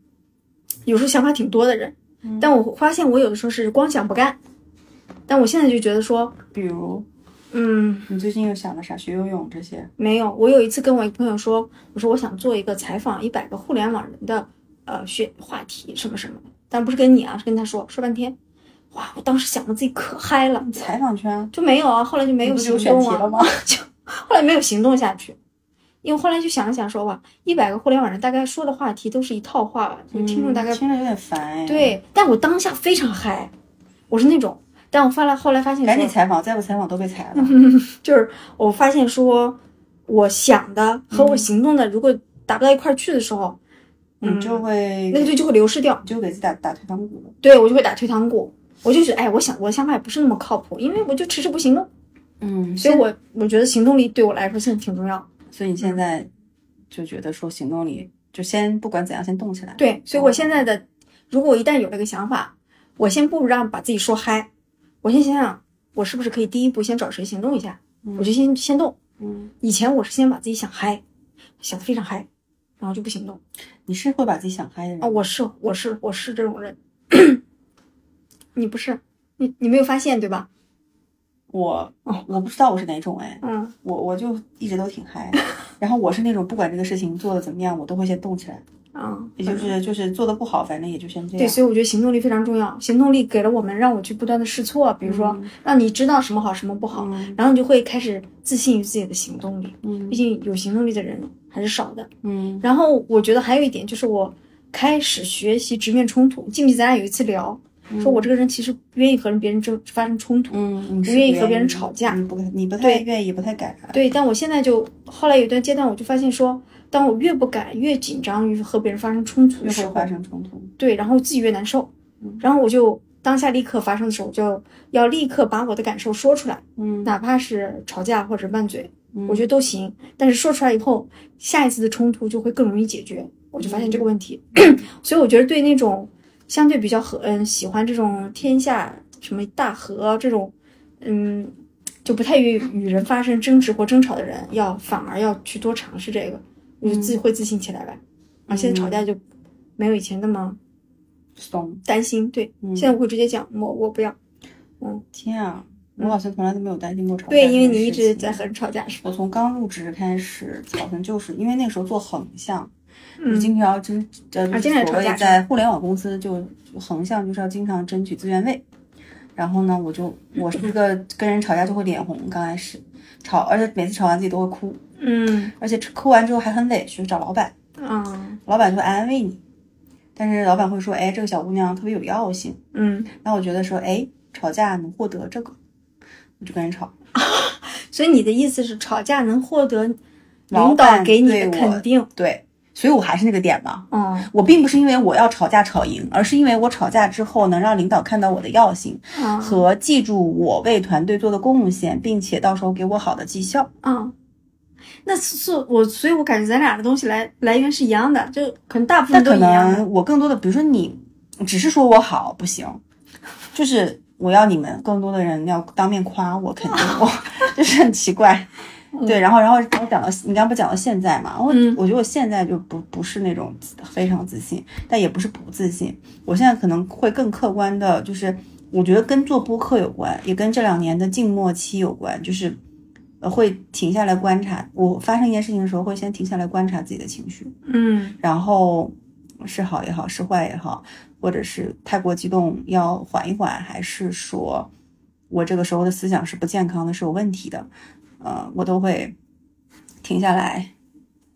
[SPEAKER 1] 有时候想法挺多的人，但我发现我有的时候是光想不干。但我现在就觉得说，
[SPEAKER 2] 比如
[SPEAKER 1] 嗯，
[SPEAKER 2] 你最近又想了啥？学游泳这些？
[SPEAKER 1] 没有，我有一次跟我一个朋友说，我说我想做一个采访一百个互联网人的呃学话题什么什么的，但不是跟你啊，是跟他说说半天，哇，我当时想的自己可嗨了，
[SPEAKER 2] 采访圈
[SPEAKER 1] 就没有啊，后来就没有
[SPEAKER 2] 不是有
[SPEAKER 1] 行
[SPEAKER 2] 选
[SPEAKER 1] 动
[SPEAKER 2] 题了
[SPEAKER 1] 啊，
[SPEAKER 2] 吗？
[SPEAKER 1] 后来没有行动下去，因为后来就想了想说哇，一百个互联网人大概说的话题都是一套话吧，就听众大概、
[SPEAKER 2] 嗯听着有点烦哎。，
[SPEAKER 1] 对，但我当下非常嗨，我是那种，但我发来后来发现
[SPEAKER 2] 赶紧
[SPEAKER 1] 说
[SPEAKER 2] 采访，再不采访都被裁了。
[SPEAKER 1] 嗯就是我发现说，我想的和
[SPEAKER 2] 嗯
[SPEAKER 1] 我行动的如果达不到一块儿去的时候，
[SPEAKER 2] 你就会
[SPEAKER 1] 嗯那个就就会流失掉
[SPEAKER 2] 你，就给自己打打退堂鼓了。
[SPEAKER 1] 对我就会打退堂鼓。我就觉得，哎，我想我的想法也不是那么靠谱，因为我就迟迟不行动，
[SPEAKER 2] 嗯，
[SPEAKER 1] 所以我嗯我觉得行动力对我来说现在挺重要。
[SPEAKER 2] 所以你现在就觉得说行动力，就先不管怎样，先动起来。，
[SPEAKER 1] 对，所以我现在的，如果我一旦有了个想法，我先不让把自己说嗨，我先想想我是不是可以第一步先找谁行动一下，我就先先动。
[SPEAKER 2] 嗯，
[SPEAKER 1] 以前我是先把自己想嗨，想的非常嗨，然后就不行动。
[SPEAKER 2] 你是会把自己想嗨的人
[SPEAKER 1] 啊，。我是我是我是这种人， 你不是，你你没有发现对吧？
[SPEAKER 2] 我
[SPEAKER 1] 哦
[SPEAKER 2] 我不知道我是哪种哎，
[SPEAKER 1] 嗯，
[SPEAKER 2] 我我就一直都挺嗨，然后我是那种不管这个事情做的怎么样，我都会先动起来，
[SPEAKER 1] 啊，
[SPEAKER 2] 也就是就是做的不好，反正也就先这样。
[SPEAKER 1] 对，所以我觉得行动力非常重要。行动力给了我们，让我去不断的试错，比如说、让你知道什么好，什么不好，
[SPEAKER 2] 嗯
[SPEAKER 1] 然后你就会开始自信于自己的行动力。
[SPEAKER 2] 嗯
[SPEAKER 1] 毕竟有行动力的人还是少的。
[SPEAKER 2] 嗯
[SPEAKER 1] 然后我觉得还有一点就是我开始学习直面冲突。记不记得咱俩有一次聊，说我这个人其实不愿意和人别人争发生冲突。
[SPEAKER 2] 嗯嗯，你是
[SPEAKER 1] 不愿意和别人吵架
[SPEAKER 2] 你不你不太
[SPEAKER 1] 对
[SPEAKER 2] 愿意，不太敢。啊
[SPEAKER 1] 对，但我现在就后来有一段阶段，我就发现说，当我越不敢、越紧张于和别人发生冲突的
[SPEAKER 2] 越
[SPEAKER 1] 时
[SPEAKER 2] 会
[SPEAKER 1] 候，
[SPEAKER 2] 发生冲突。
[SPEAKER 1] 对，然后自己越难受，嗯然后我就当下立刻发生的时候，我就要立刻把我的感受说出来，
[SPEAKER 2] 嗯
[SPEAKER 1] 哪怕是吵架或者拌嘴，我觉得
[SPEAKER 2] 得
[SPEAKER 1] 都行。但是说出来以后，下一次的冲突就会更容易解决。我就发现这个问题， 所以我觉得对那种相对比较和嗯喜欢这种天下什么大和啊这种嗯就不太与与人发生争执或争吵的人，要反而要去多尝试这个，我就自会自信起来吧。啊，现在吵架就没有以前那么
[SPEAKER 2] 松。
[SPEAKER 1] 担心，对，
[SPEAKER 2] 嗯
[SPEAKER 1] 现在我会直接讲我我不要，
[SPEAKER 2] 天啊，我好像从来都没有担心过吵架。
[SPEAKER 1] 对，因为你一直在。和人吵架是吧？
[SPEAKER 2] 我从刚入职开始，好像就是因为那时候做横向，就
[SPEAKER 1] 嗯啊
[SPEAKER 2] 经常要争，呃，
[SPEAKER 1] 经常
[SPEAKER 2] 所
[SPEAKER 1] 吵
[SPEAKER 2] 谓
[SPEAKER 1] 架是吧
[SPEAKER 2] 在互联网公司就就横向就是要经常争取资源位，然后呢，我就我是一个跟人吵架就会脸红，刚开始吵，而且每次吵完自己都会哭，
[SPEAKER 1] 嗯
[SPEAKER 2] 而且哭完之后还很委屈，找老板，
[SPEAKER 1] 嗯
[SPEAKER 2] 老板就会安慰你，但是老板会说，哎，这个小姑娘特别有药性。
[SPEAKER 1] 嗯，
[SPEAKER 2] 那我觉得说，哎，吵架能获得这个，我就跟人吵。
[SPEAKER 1] 所以你的意思是吵架能获得
[SPEAKER 2] 老
[SPEAKER 1] 领
[SPEAKER 2] 板
[SPEAKER 1] 导给你
[SPEAKER 2] 对
[SPEAKER 1] 的
[SPEAKER 2] 我
[SPEAKER 1] 肯定，
[SPEAKER 2] 对，所以我还是那个点嘛，
[SPEAKER 1] 嗯
[SPEAKER 2] 我并不是因为我要吵架吵赢，而是因为我吵架之后能让领导看到我的药性
[SPEAKER 1] 嗯
[SPEAKER 2] 和记住我为团队做的贡献，并且到时候给我好的绩效。
[SPEAKER 1] 嗯。那是是我，所以我感觉咱俩的东西来来源是一样的，就可能大部
[SPEAKER 2] 那
[SPEAKER 1] 分都
[SPEAKER 2] 可
[SPEAKER 1] 一样的。
[SPEAKER 2] 能我更多的，比如说你只是说我好不行，就是我要你们更多的人要当面夸我肯 定 我，就是很奇怪。对，然后然后然后讲到你刚不讲到现在嘛，我、
[SPEAKER 1] 嗯
[SPEAKER 2] 我觉得我现在就不不是那种非常自信，但也不是不自信，我现在可能会更客观的，就是我觉得跟做播客有关，也跟这两年的静默期有关，就是。呃会停下来观察，我发生一件事情的时候，会先停下来观察自己的情绪，
[SPEAKER 1] 嗯
[SPEAKER 2] 然后是好也好，是坏也好，或者是太过激动要缓一缓，还是说我这个时候的思想是不健康的，是有问题的，呃，我都会停下来，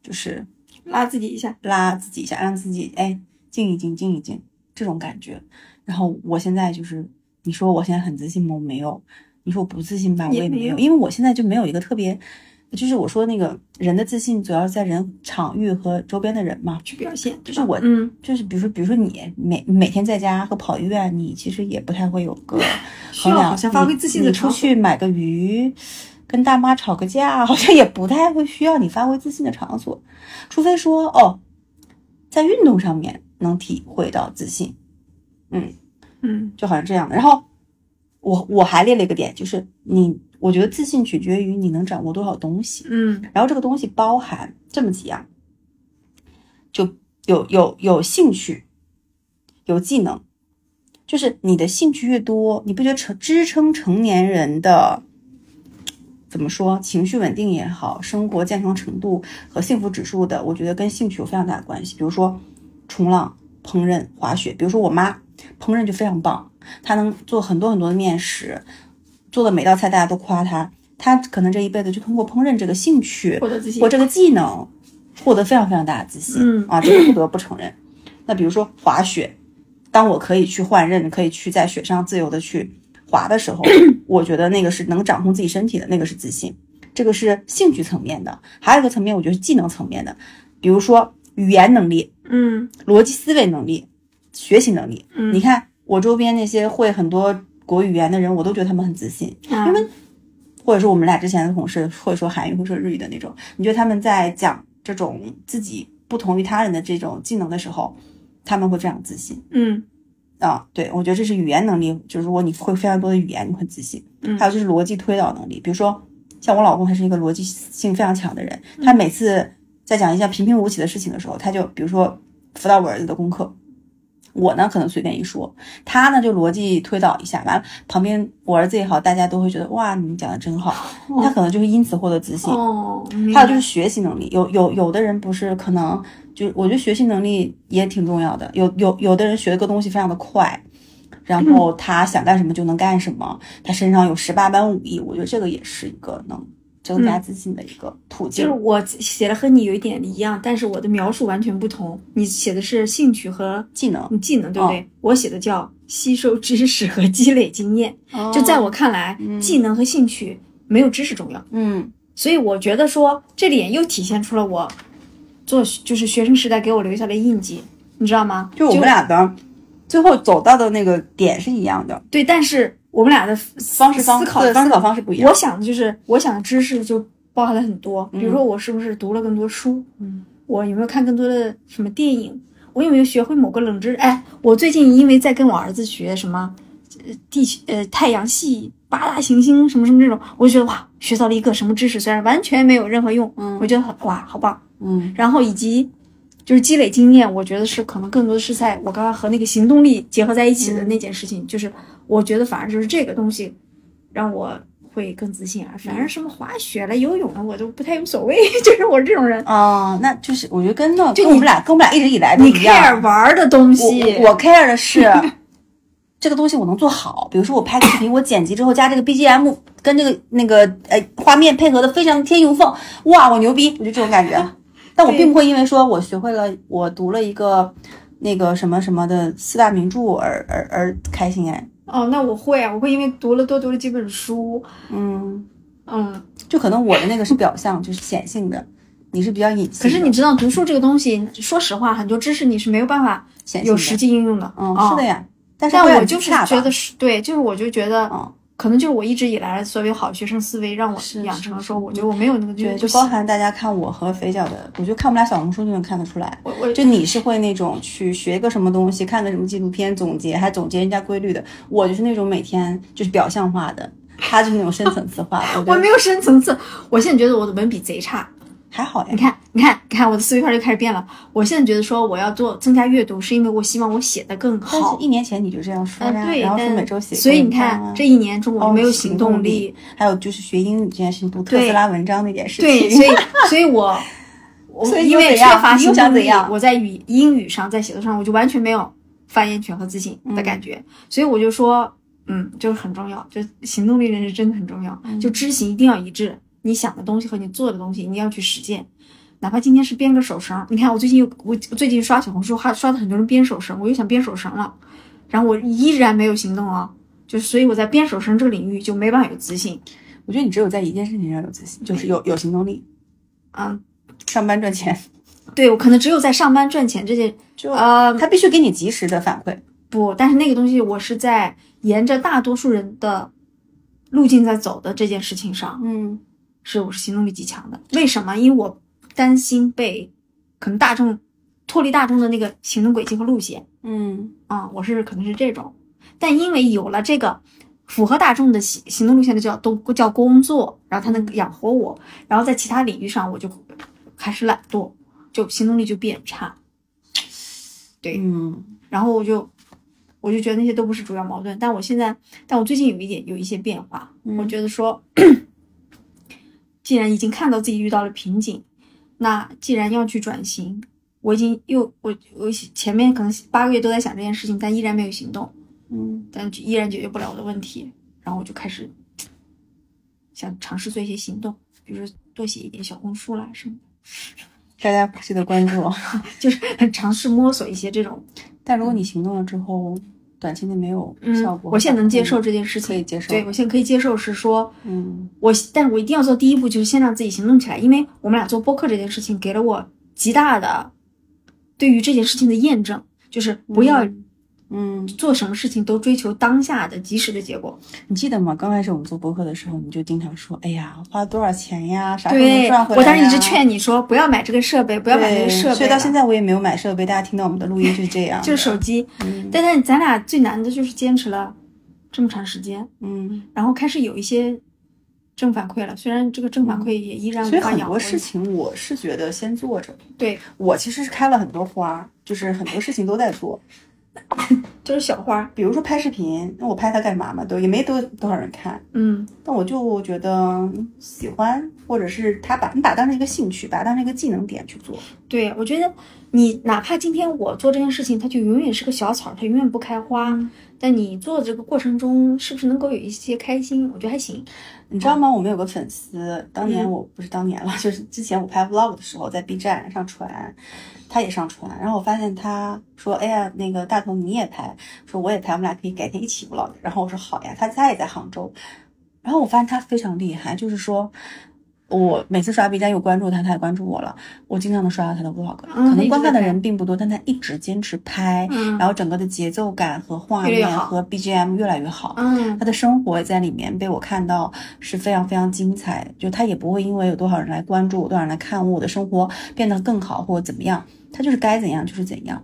[SPEAKER 2] 就是
[SPEAKER 1] 拉自己一下。
[SPEAKER 2] 拉自己一下，让自己哎静一静，静一静这种感觉。然后我现在就是，你说我现在很自信吗？我没有。你说我不自信吧，我
[SPEAKER 1] 也
[SPEAKER 2] 也
[SPEAKER 1] 没
[SPEAKER 2] 没
[SPEAKER 1] 有
[SPEAKER 2] 有，因为我现在就没有一个特别，就是我说那个人的自信主要是在人场域和周边的人嘛，
[SPEAKER 1] 去表现，对
[SPEAKER 2] 就是
[SPEAKER 1] 吧
[SPEAKER 2] 我
[SPEAKER 1] 嗯，
[SPEAKER 2] 就是比如说，比如说你每每天在家和跑医院，你其实也不太会有个
[SPEAKER 1] 需
[SPEAKER 2] 衡
[SPEAKER 1] 要
[SPEAKER 2] 量。
[SPEAKER 1] 好像发挥
[SPEAKER 2] 你
[SPEAKER 1] 自信的
[SPEAKER 2] 你出
[SPEAKER 1] 场所
[SPEAKER 2] 去买个鱼，跟大妈吵个架，好像也不太会需要你发挥自信的场所，除非说哦，在运动上面能体会到自信，
[SPEAKER 1] 嗯
[SPEAKER 2] 就好像这样的。然后我我还列了一个点，就是你，我觉得自信取决于你能掌握多少东西。
[SPEAKER 1] 嗯
[SPEAKER 2] 然后这个东西包含这么几样，就有有有兴趣，有技能，就是你的兴趣越多，你不觉得成支撑成年人的怎么说情绪稳定也好，生活健康程度和幸福指数的，我觉得跟兴趣有非常大的关系。比如说冲浪、烹饪、滑雪，比如说我妈烹饪就非常棒，她能做很多很多的面食，做的每道菜大家都夸她。她可能这一辈子就通过烹饪这个兴趣
[SPEAKER 1] 获得自信
[SPEAKER 2] 或这个技能，获得非常非常大的自信。
[SPEAKER 1] 嗯
[SPEAKER 2] 啊，这个不得不承认。那比如说滑雪，当我可以去换刃，可以去在雪上自由的去滑的 时候，我觉得那个是能掌控自己身体的，那个是自信，这个是兴趣层面的。还有一个层面，我觉得是技能层面的，比如说语言能力、
[SPEAKER 1] 嗯
[SPEAKER 2] 逻辑思维能力、学习能力。
[SPEAKER 1] 嗯
[SPEAKER 2] 你看我周边那些会很多国语言的人，我都觉得他们很自信，
[SPEAKER 1] 啊，
[SPEAKER 2] 因为或者是我们俩之前的同事会说韩语、会说日语的那种，你觉得他们在讲这种自己不同于他人的这种技能的时候，他们会非常自信
[SPEAKER 1] 嗯
[SPEAKER 2] 啊？对，我觉得这是语言能力，就是如果你会非常多的语言，你会自信。
[SPEAKER 1] 嗯
[SPEAKER 2] 还有就是逻辑推导能力，比如说像我老公，他是一个逻辑性非常强的人，他每次在讲一件平平无奇的事情的时候，他就比如说辅导我儿子的功课。我呢，可能随便一说，他呢就逻辑推导一下，完了旁边我儿子也好，大家都会觉得哇，你讲的真好，他可能就会因此获得自信。
[SPEAKER 1] 哦，明白
[SPEAKER 2] 还有就是学习能力，有有有的人不是可能就我觉得学习能力也挺重要的，有有有的人学个东西非常的快，然后他想干什么就能干什么，他身上有十八般武艺，我觉得这个也是一个能增加自信的一个途
[SPEAKER 1] 就
[SPEAKER 2] 径。
[SPEAKER 1] 是我写的和你有一点一样，但是我的描述完全不同。你写的是兴趣和
[SPEAKER 2] 技能，
[SPEAKER 1] 你技能，对不
[SPEAKER 2] 哦
[SPEAKER 1] 对？我写的叫吸收知识和积累经验。就在我看来，
[SPEAKER 2] 嗯
[SPEAKER 1] 技能和兴趣没有知识重要。
[SPEAKER 2] 嗯
[SPEAKER 1] 所以我觉得说，这里也又体现出了我做就是学生时代给我留下的印记，你知道吗？
[SPEAKER 2] 就我们俩的最后走到的那个点是一样的，
[SPEAKER 1] 对，但是我们俩的
[SPEAKER 2] 方式方
[SPEAKER 1] 思考
[SPEAKER 2] 对
[SPEAKER 1] 方
[SPEAKER 2] 思考方式不一样
[SPEAKER 1] 我。想的就是，我想的知识就包含了很多，比如说我是不是读了更多书，
[SPEAKER 2] 嗯，
[SPEAKER 1] 我有没有看更多的什么电影，我有没有学会某个冷知识？哎，我最近因为在跟我儿子学什么，呃，地球呃太阳系八大行星什么什么这种，我就觉得哇，学到了一个什么知识，虽然完全没有任何用，
[SPEAKER 2] 嗯
[SPEAKER 1] 我觉得很哇，好棒。
[SPEAKER 2] 嗯
[SPEAKER 1] 然后以及就是积累经验，我觉得是可能更多是在我刚刚和那个行动力结合在一起的那件事情，就是我觉得反而就是这个东西让我会更自信啊。反
[SPEAKER 2] 嗯
[SPEAKER 1] 正什么滑雪了、游泳了，我都不太无所谓，就是我这种人，
[SPEAKER 2] 啊、那就是我觉得跟那
[SPEAKER 1] 就
[SPEAKER 2] 跟我
[SPEAKER 1] 你
[SPEAKER 2] 们俩跟我们俩一直以来都
[SPEAKER 1] 你
[SPEAKER 2] 一样。
[SPEAKER 1] care 玩儿的东西，
[SPEAKER 2] 我我 care 的是，这个东西我能做好，比如说我拍个视频，我剪辑之后加这个 BGM 跟这个那个呃画面配合的非常天衣无缝，哇，我牛逼，我就这种感觉。但我并不会因为说我学会了，我读了一个那个什么什么的四大名著而而而开心哎，
[SPEAKER 1] 哦，那我会，我会因为读了多读了几本书，
[SPEAKER 2] 嗯，
[SPEAKER 1] 嗯，
[SPEAKER 2] 就可能我的那个是表象，就是显性的，你是比较隐性的，
[SPEAKER 1] 可是你知道读书这个东西，说实话，很多知识你是没有办法
[SPEAKER 2] 显性的
[SPEAKER 1] 有实际应用的，
[SPEAKER 2] 嗯
[SPEAKER 1] 啊
[SPEAKER 2] 是的呀，但是会
[SPEAKER 1] 但
[SPEAKER 2] 让
[SPEAKER 1] 我
[SPEAKER 2] 你
[SPEAKER 1] 就是
[SPEAKER 2] 差吧
[SPEAKER 1] 觉得是对，就是我就觉得
[SPEAKER 2] 嗯，
[SPEAKER 1] 可能就是我一直以来所谓好学生思维，让我
[SPEAKER 2] 是
[SPEAKER 1] 养
[SPEAKER 2] 是
[SPEAKER 1] 成了
[SPEAKER 2] 是嗯
[SPEAKER 1] 说，我觉得我没有那个
[SPEAKER 2] 对，
[SPEAKER 1] 就
[SPEAKER 2] 就包含大家看我和肥脚的，我就看我们俩小红书就能看得出来。
[SPEAKER 1] 我我
[SPEAKER 2] 就你是会那种去学个什么东西，看个什么纪录片总结，还总结人家规律的。我就是那种每天就是表象化的，他就是那种深层次化的。我
[SPEAKER 1] 我
[SPEAKER 2] 觉
[SPEAKER 1] 没
[SPEAKER 2] 得
[SPEAKER 1] 有深层次，我现在觉得我的文笔贼差。
[SPEAKER 2] 还好呀
[SPEAKER 1] 你。看，你看，你看，我的思维圈就开始变了。我现在觉得说我要做增加阅读，是因为我希望我写得更
[SPEAKER 2] 但是
[SPEAKER 1] 好。
[SPEAKER 2] 一年前你就这样说呀，
[SPEAKER 1] 嗯，对，
[SPEAKER 2] 然后说
[SPEAKER 1] 但
[SPEAKER 2] 每周写一
[SPEAKER 1] 所以你
[SPEAKER 2] 篇文
[SPEAKER 1] 看
[SPEAKER 2] 章啊
[SPEAKER 1] 这一年中我
[SPEAKER 2] 哦
[SPEAKER 1] 没有
[SPEAKER 2] 行
[SPEAKER 1] 行动
[SPEAKER 2] 动力
[SPEAKER 1] 力，
[SPEAKER 2] 还有就是学英语这件事情，读特
[SPEAKER 1] 对
[SPEAKER 2] 斯拉文章那件事
[SPEAKER 1] 对，
[SPEAKER 2] 情。
[SPEAKER 1] 所以，所以 我。我
[SPEAKER 2] 所以
[SPEAKER 1] 因
[SPEAKER 2] 又
[SPEAKER 1] 为
[SPEAKER 2] 怎
[SPEAKER 1] 缺
[SPEAKER 2] 样
[SPEAKER 1] 乏
[SPEAKER 2] 你又
[SPEAKER 1] 行
[SPEAKER 2] 想
[SPEAKER 1] 动
[SPEAKER 2] 怎
[SPEAKER 1] 力
[SPEAKER 2] 样，
[SPEAKER 1] 我在语英语上，在写作上，我就完全没有发言权和自信的
[SPEAKER 2] 嗯
[SPEAKER 1] 感觉，所以我就说，嗯，就是很重要，就是行动力认识真的很重要，
[SPEAKER 2] 嗯
[SPEAKER 1] 就知行一定要一致，你想的东西和你做的东西一定要去实践，哪怕今天是编个手绳儿，你看我最近又我我最近刷小红书，还刷到很多人编手绳，我又想编手绳了，然后我依然没有行动啊，就是所以我在编手绳这个领域就没办法有自信，
[SPEAKER 2] 我觉得你只有在一件事情上有自信，就是有有行动力，
[SPEAKER 1] 嗯，
[SPEAKER 2] 上班赚钱，
[SPEAKER 1] 对我可能只有在上班赚钱这件，
[SPEAKER 2] 就
[SPEAKER 1] 呃，
[SPEAKER 2] 他必须给你及时的反馈。
[SPEAKER 1] 不，但是那个东西我是在沿着大多数人的路径在走的这件事情上，
[SPEAKER 2] 嗯，
[SPEAKER 1] 是我是行动力极强的。为什么？因为我担心被可能大众脱离大众的那个行动轨迹和路线
[SPEAKER 2] 嗯，
[SPEAKER 1] 啊、我是可能是这种。但因为有了这个符合大众的行行动路线的叫都叫工作，然后它能养活我，然后在其他领域上我就开始懒惰，就行动力就变差。
[SPEAKER 2] 嗯，
[SPEAKER 1] 然后我就我就觉得那些都不是主要矛盾。但我现在，但我最近有一点有一些变化，
[SPEAKER 2] 嗯
[SPEAKER 1] 我觉得说，既然已经看到自己遇到了瓶颈，那既然要去转型，我已经又我我前面可能八个月都在想这件事情，但依然没有行动，
[SPEAKER 2] 嗯，
[SPEAKER 1] 但依然解决不了我的问题，然后我就开始想尝试做一些行动，比如说多写一点小红书啦什么的，
[SPEAKER 2] 大家记得关注我。
[SPEAKER 1] 就是很尝试摸索一些这种，
[SPEAKER 2] 但如果你行动了之后，短期内没有效果，
[SPEAKER 1] 嗯我现在能接受，这件事情，
[SPEAKER 2] 嗯可以接受
[SPEAKER 1] 对我现在可以接受是说。
[SPEAKER 2] 嗯
[SPEAKER 1] 我，但是我一定要做第一步，就是先让自己行动起来，因为我们俩做播客这件事情给了我极大的对于这件事情的验证，就是不要
[SPEAKER 2] 嗯，
[SPEAKER 1] 做什么事情都追求当下的及时的结果。
[SPEAKER 2] 你记得吗？刚开始我们做博客的时候，你就经常说，哎呀，花多少钱呀，啥时候能
[SPEAKER 1] 对，
[SPEAKER 2] 赚回来呀？
[SPEAKER 1] 我当时一直劝你说不要买这个设备，不要买
[SPEAKER 2] 对
[SPEAKER 1] 那个设备，
[SPEAKER 2] 所以到现。在我也没有买设备。大家听到我们的录音就是这样的，
[SPEAKER 1] 就是手机，
[SPEAKER 2] 嗯
[SPEAKER 1] 但但咱俩最难的就是坚持了这么长时间，
[SPEAKER 2] 嗯，
[SPEAKER 1] 然后开始有一些正反馈了。虽然这个正反馈也依然
[SPEAKER 2] 嗯所
[SPEAKER 1] 无
[SPEAKER 2] 以
[SPEAKER 1] 法
[SPEAKER 2] 很
[SPEAKER 1] 养活
[SPEAKER 2] 多事
[SPEAKER 1] 你，
[SPEAKER 2] 情我是觉得先做着。
[SPEAKER 1] 对，
[SPEAKER 2] 我其实是开了很多花儿，就是很多事情都在做，
[SPEAKER 1] 就是小花儿，
[SPEAKER 2] 比如说拍视频，那我拍它干嘛嘛？都也没多多少人看，
[SPEAKER 1] 嗯
[SPEAKER 2] 但我就觉得嗯喜欢，或者是他把你把它当成一个兴趣，把它当成一个技能点去做。
[SPEAKER 1] 对，我觉得你哪怕今天我做这件事情，它就永远是个小草，它永远不开花。但你做的这个过程中，是不是能够有一些开心？我觉得还行。
[SPEAKER 2] 你知道吗？我们有个粉丝，当年
[SPEAKER 1] 嗯
[SPEAKER 2] 我不是当年了， 就是之前我拍 vlog 的时候，在 B 站上传，他也上传，然后我发现他说：“哎呀，那个大头你也拍，说我也拍，我们俩可以改天一起 vlog。”然后我说：“好呀。他”他也在杭州，然后我发现他非常厉害，就是说。我每次刷 B 站又关注他，他也关注我了。我经常能刷到他的 vlog，、
[SPEAKER 1] 嗯
[SPEAKER 2] 可
[SPEAKER 1] 他一
[SPEAKER 2] 能
[SPEAKER 1] 直
[SPEAKER 2] 观
[SPEAKER 1] 在
[SPEAKER 2] 看的
[SPEAKER 1] 拍
[SPEAKER 2] 人并不多，但他一直坚持拍，
[SPEAKER 1] 嗯
[SPEAKER 2] 然后整个的节奏感和画
[SPEAKER 1] 越来越
[SPEAKER 2] 面
[SPEAKER 1] 好
[SPEAKER 2] 和 BGM 越来越好。
[SPEAKER 1] 嗯
[SPEAKER 2] 他的生活在里面被我看到是非常非常精彩，就他也不会因为有多少人来关注我，多少人来看我，我的生活变得更好或者怎么样，他就是该怎样就是怎样，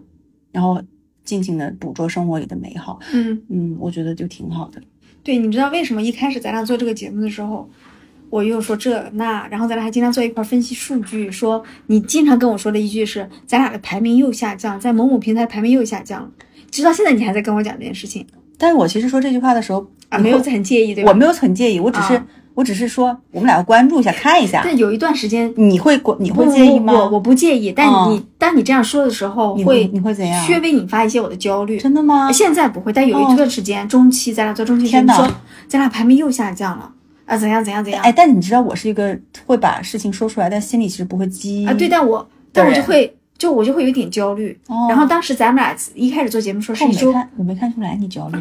[SPEAKER 2] 然后尽情的捕捉生活里的美好，
[SPEAKER 1] 嗯，
[SPEAKER 2] 嗯，我觉得就挺好的。
[SPEAKER 1] 对，你知道为什么一开始咱俩做这个节目的时候，我又说这那，然后咱俩还经常坐一块儿分析数据，说你经常跟我说的一句是，咱俩的排名又下降，在某某平台排名又下降了。直到现在，你还在跟我讲这件事情
[SPEAKER 2] 但是我其实说这句话的时候
[SPEAKER 1] 啊？
[SPEAKER 2] 你
[SPEAKER 1] 没有
[SPEAKER 2] 会
[SPEAKER 1] 很介意对吧？
[SPEAKER 2] 我没有很介意，我只是、
[SPEAKER 1] 啊
[SPEAKER 2] 我我只是说我们俩关注一下，看一下。
[SPEAKER 1] 但有一段时间
[SPEAKER 2] 你会过，你会
[SPEAKER 1] 不
[SPEAKER 2] 介意吗？
[SPEAKER 1] 我我不介意，但
[SPEAKER 2] 嗯
[SPEAKER 1] 你、但你这样说的时候
[SPEAKER 2] 你
[SPEAKER 1] 会
[SPEAKER 2] 你会怎样？
[SPEAKER 1] 稍微引发一些我的焦虑。
[SPEAKER 2] 真的吗？哦
[SPEAKER 1] 现在不会，但有一段时间、中期，咱俩做中期
[SPEAKER 2] 天
[SPEAKER 1] 你
[SPEAKER 2] 哪
[SPEAKER 1] 说咱俩排名又下降了啊，怎样怎样怎样、
[SPEAKER 2] 哎，但你知道我是一个会把事情说出来，但心里其实不会激
[SPEAKER 1] 啊？对，但我但我就
[SPEAKER 2] 人
[SPEAKER 1] 会就我就会有点焦虑。
[SPEAKER 2] 哦
[SPEAKER 1] 然后当时咱们俩一开始做节目说是
[SPEAKER 2] 我
[SPEAKER 1] 一周
[SPEAKER 2] 没看，我没看出来你 焦虑。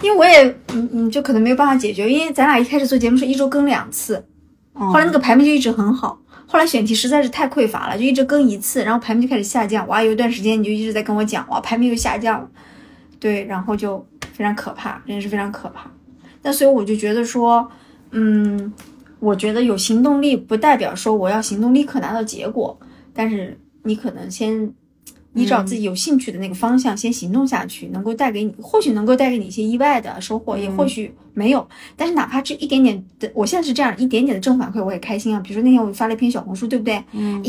[SPEAKER 1] 因为我也嗯嗯，就可能没有办法解决，因为咱俩一开始做节目是一周更两次，
[SPEAKER 2] 后
[SPEAKER 1] 后来那个排名就一直很好，后来选题实在是太匮乏了，就一直更一次，然后排名就开始下降。哇，有一段时间你就一直在跟我讲，哇，排名又下降了，对，然后就非常可怕，真的是非常可怕。那所以我就觉得说，嗯，我觉得有行动力不代表说我要行动立刻拿到结果，但是你可能先。依照自己有兴趣的那个方向先行动下去，能够带给你，或许能够带给你一些意外的收获，也
[SPEAKER 2] 嗯
[SPEAKER 1] 或许没有。但是哪怕这一点点的，我现在是这样一点点的正反馈，我也开心啊。比如说那天我发了一篇小红书，对不对？哎
[SPEAKER 2] 嗯，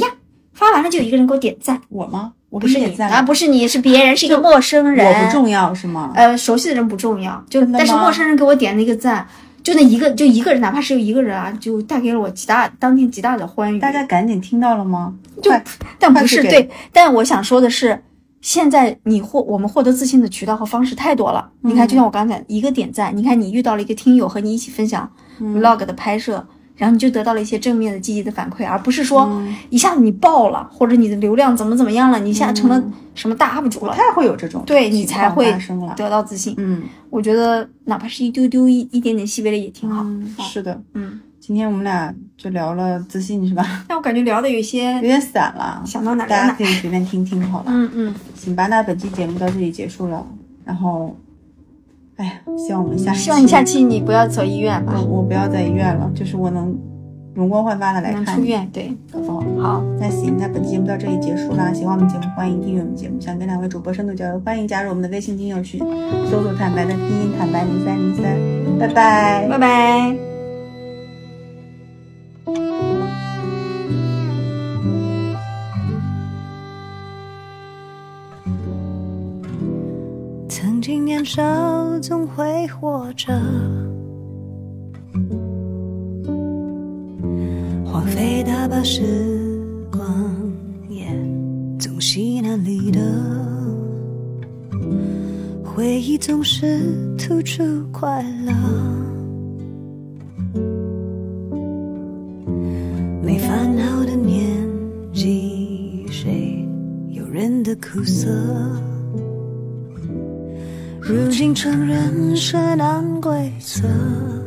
[SPEAKER 1] 发完了就有一个人给我点赞，
[SPEAKER 2] 我吗？我
[SPEAKER 1] 不
[SPEAKER 2] 给
[SPEAKER 1] 是
[SPEAKER 2] 你
[SPEAKER 1] 你
[SPEAKER 2] 点赞
[SPEAKER 1] 啊，
[SPEAKER 2] 了，
[SPEAKER 1] 不是你，是别人，是一个陌生人，
[SPEAKER 2] 我不重要是吗？
[SPEAKER 1] 呃，熟悉的人不重要，就
[SPEAKER 2] 真的
[SPEAKER 1] 但是
[SPEAKER 2] 吗
[SPEAKER 1] 陌生人给我点了一个赞，就那一个，就一个人，哪怕是有一个人啊，就带给了我极大当天极大的欢愉。
[SPEAKER 2] 大家赶紧听到了吗？
[SPEAKER 1] 就
[SPEAKER 2] 快
[SPEAKER 1] 但
[SPEAKER 2] 快
[SPEAKER 1] 不
[SPEAKER 2] 去
[SPEAKER 1] 是
[SPEAKER 2] 给
[SPEAKER 1] 对，但我想说的是，现在你获我们获得自信的渠道和方式太多了。你看，
[SPEAKER 2] 嗯
[SPEAKER 1] 就像我刚才讲，一个点赞，你看你遇到了一个听友和你一起分享
[SPEAKER 2] 嗯
[SPEAKER 1] vlog 的拍摄，然后你就得到了一些正面的、积极的反馈，而不是说
[SPEAKER 2] 嗯
[SPEAKER 1] 一下子你爆了，或者你的流量怎么怎么样了，你一下成了
[SPEAKER 2] 嗯
[SPEAKER 1] 什么大 UP 主
[SPEAKER 2] 不
[SPEAKER 1] 了，
[SPEAKER 2] 太会有这种
[SPEAKER 1] 对你
[SPEAKER 2] 情
[SPEAKER 1] 才
[SPEAKER 2] 况
[SPEAKER 1] 会
[SPEAKER 2] 发生了。
[SPEAKER 1] 得到自信。
[SPEAKER 2] 嗯
[SPEAKER 1] 我觉得哪怕是一丢丢、一一点点细微的也挺好。
[SPEAKER 2] 嗯，是的。
[SPEAKER 1] 嗯，
[SPEAKER 2] 今天我们俩就聊了自信是吧？
[SPEAKER 1] 但我感觉聊的有一
[SPEAKER 2] 有
[SPEAKER 1] 些
[SPEAKER 2] 点散了，
[SPEAKER 1] 想到哪
[SPEAKER 2] 大
[SPEAKER 1] 儿聊
[SPEAKER 2] 家
[SPEAKER 1] 哪儿。
[SPEAKER 2] 自己随便听听好了。
[SPEAKER 1] 嗯嗯，
[SPEAKER 2] 行吧，那本期节目到这里结束了。然后，哎呀，希望我们下
[SPEAKER 1] 希望你下期你不要走医院吧
[SPEAKER 2] 嗯我，呃我不要在医院了，就是我能容光焕发的来
[SPEAKER 1] 能
[SPEAKER 2] 看
[SPEAKER 1] 出
[SPEAKER 2] 你。
[SPEAKER 1] 院。对，
[SPEAKER 2] 哦，
[SPEAKER 1] 好。
[SPEAKER 2] 那行，那本期节目到这里结束啦。喜欢我们节目，欢迎订阅我们节目。想跟两位主播深度交流，欢迎加入我们的微信听友群，搜索“坦白”的拼音“坦白零三零三”。拜拜。
[SPEAKER 1] 拜拜。
[SPEAKER 3] 曾经年少总会活着，荒废大把时光，也总稀难离的。回忆总是突出快乐，没烦恼的年纪，谁有人的苦涩？如今成人是难规则。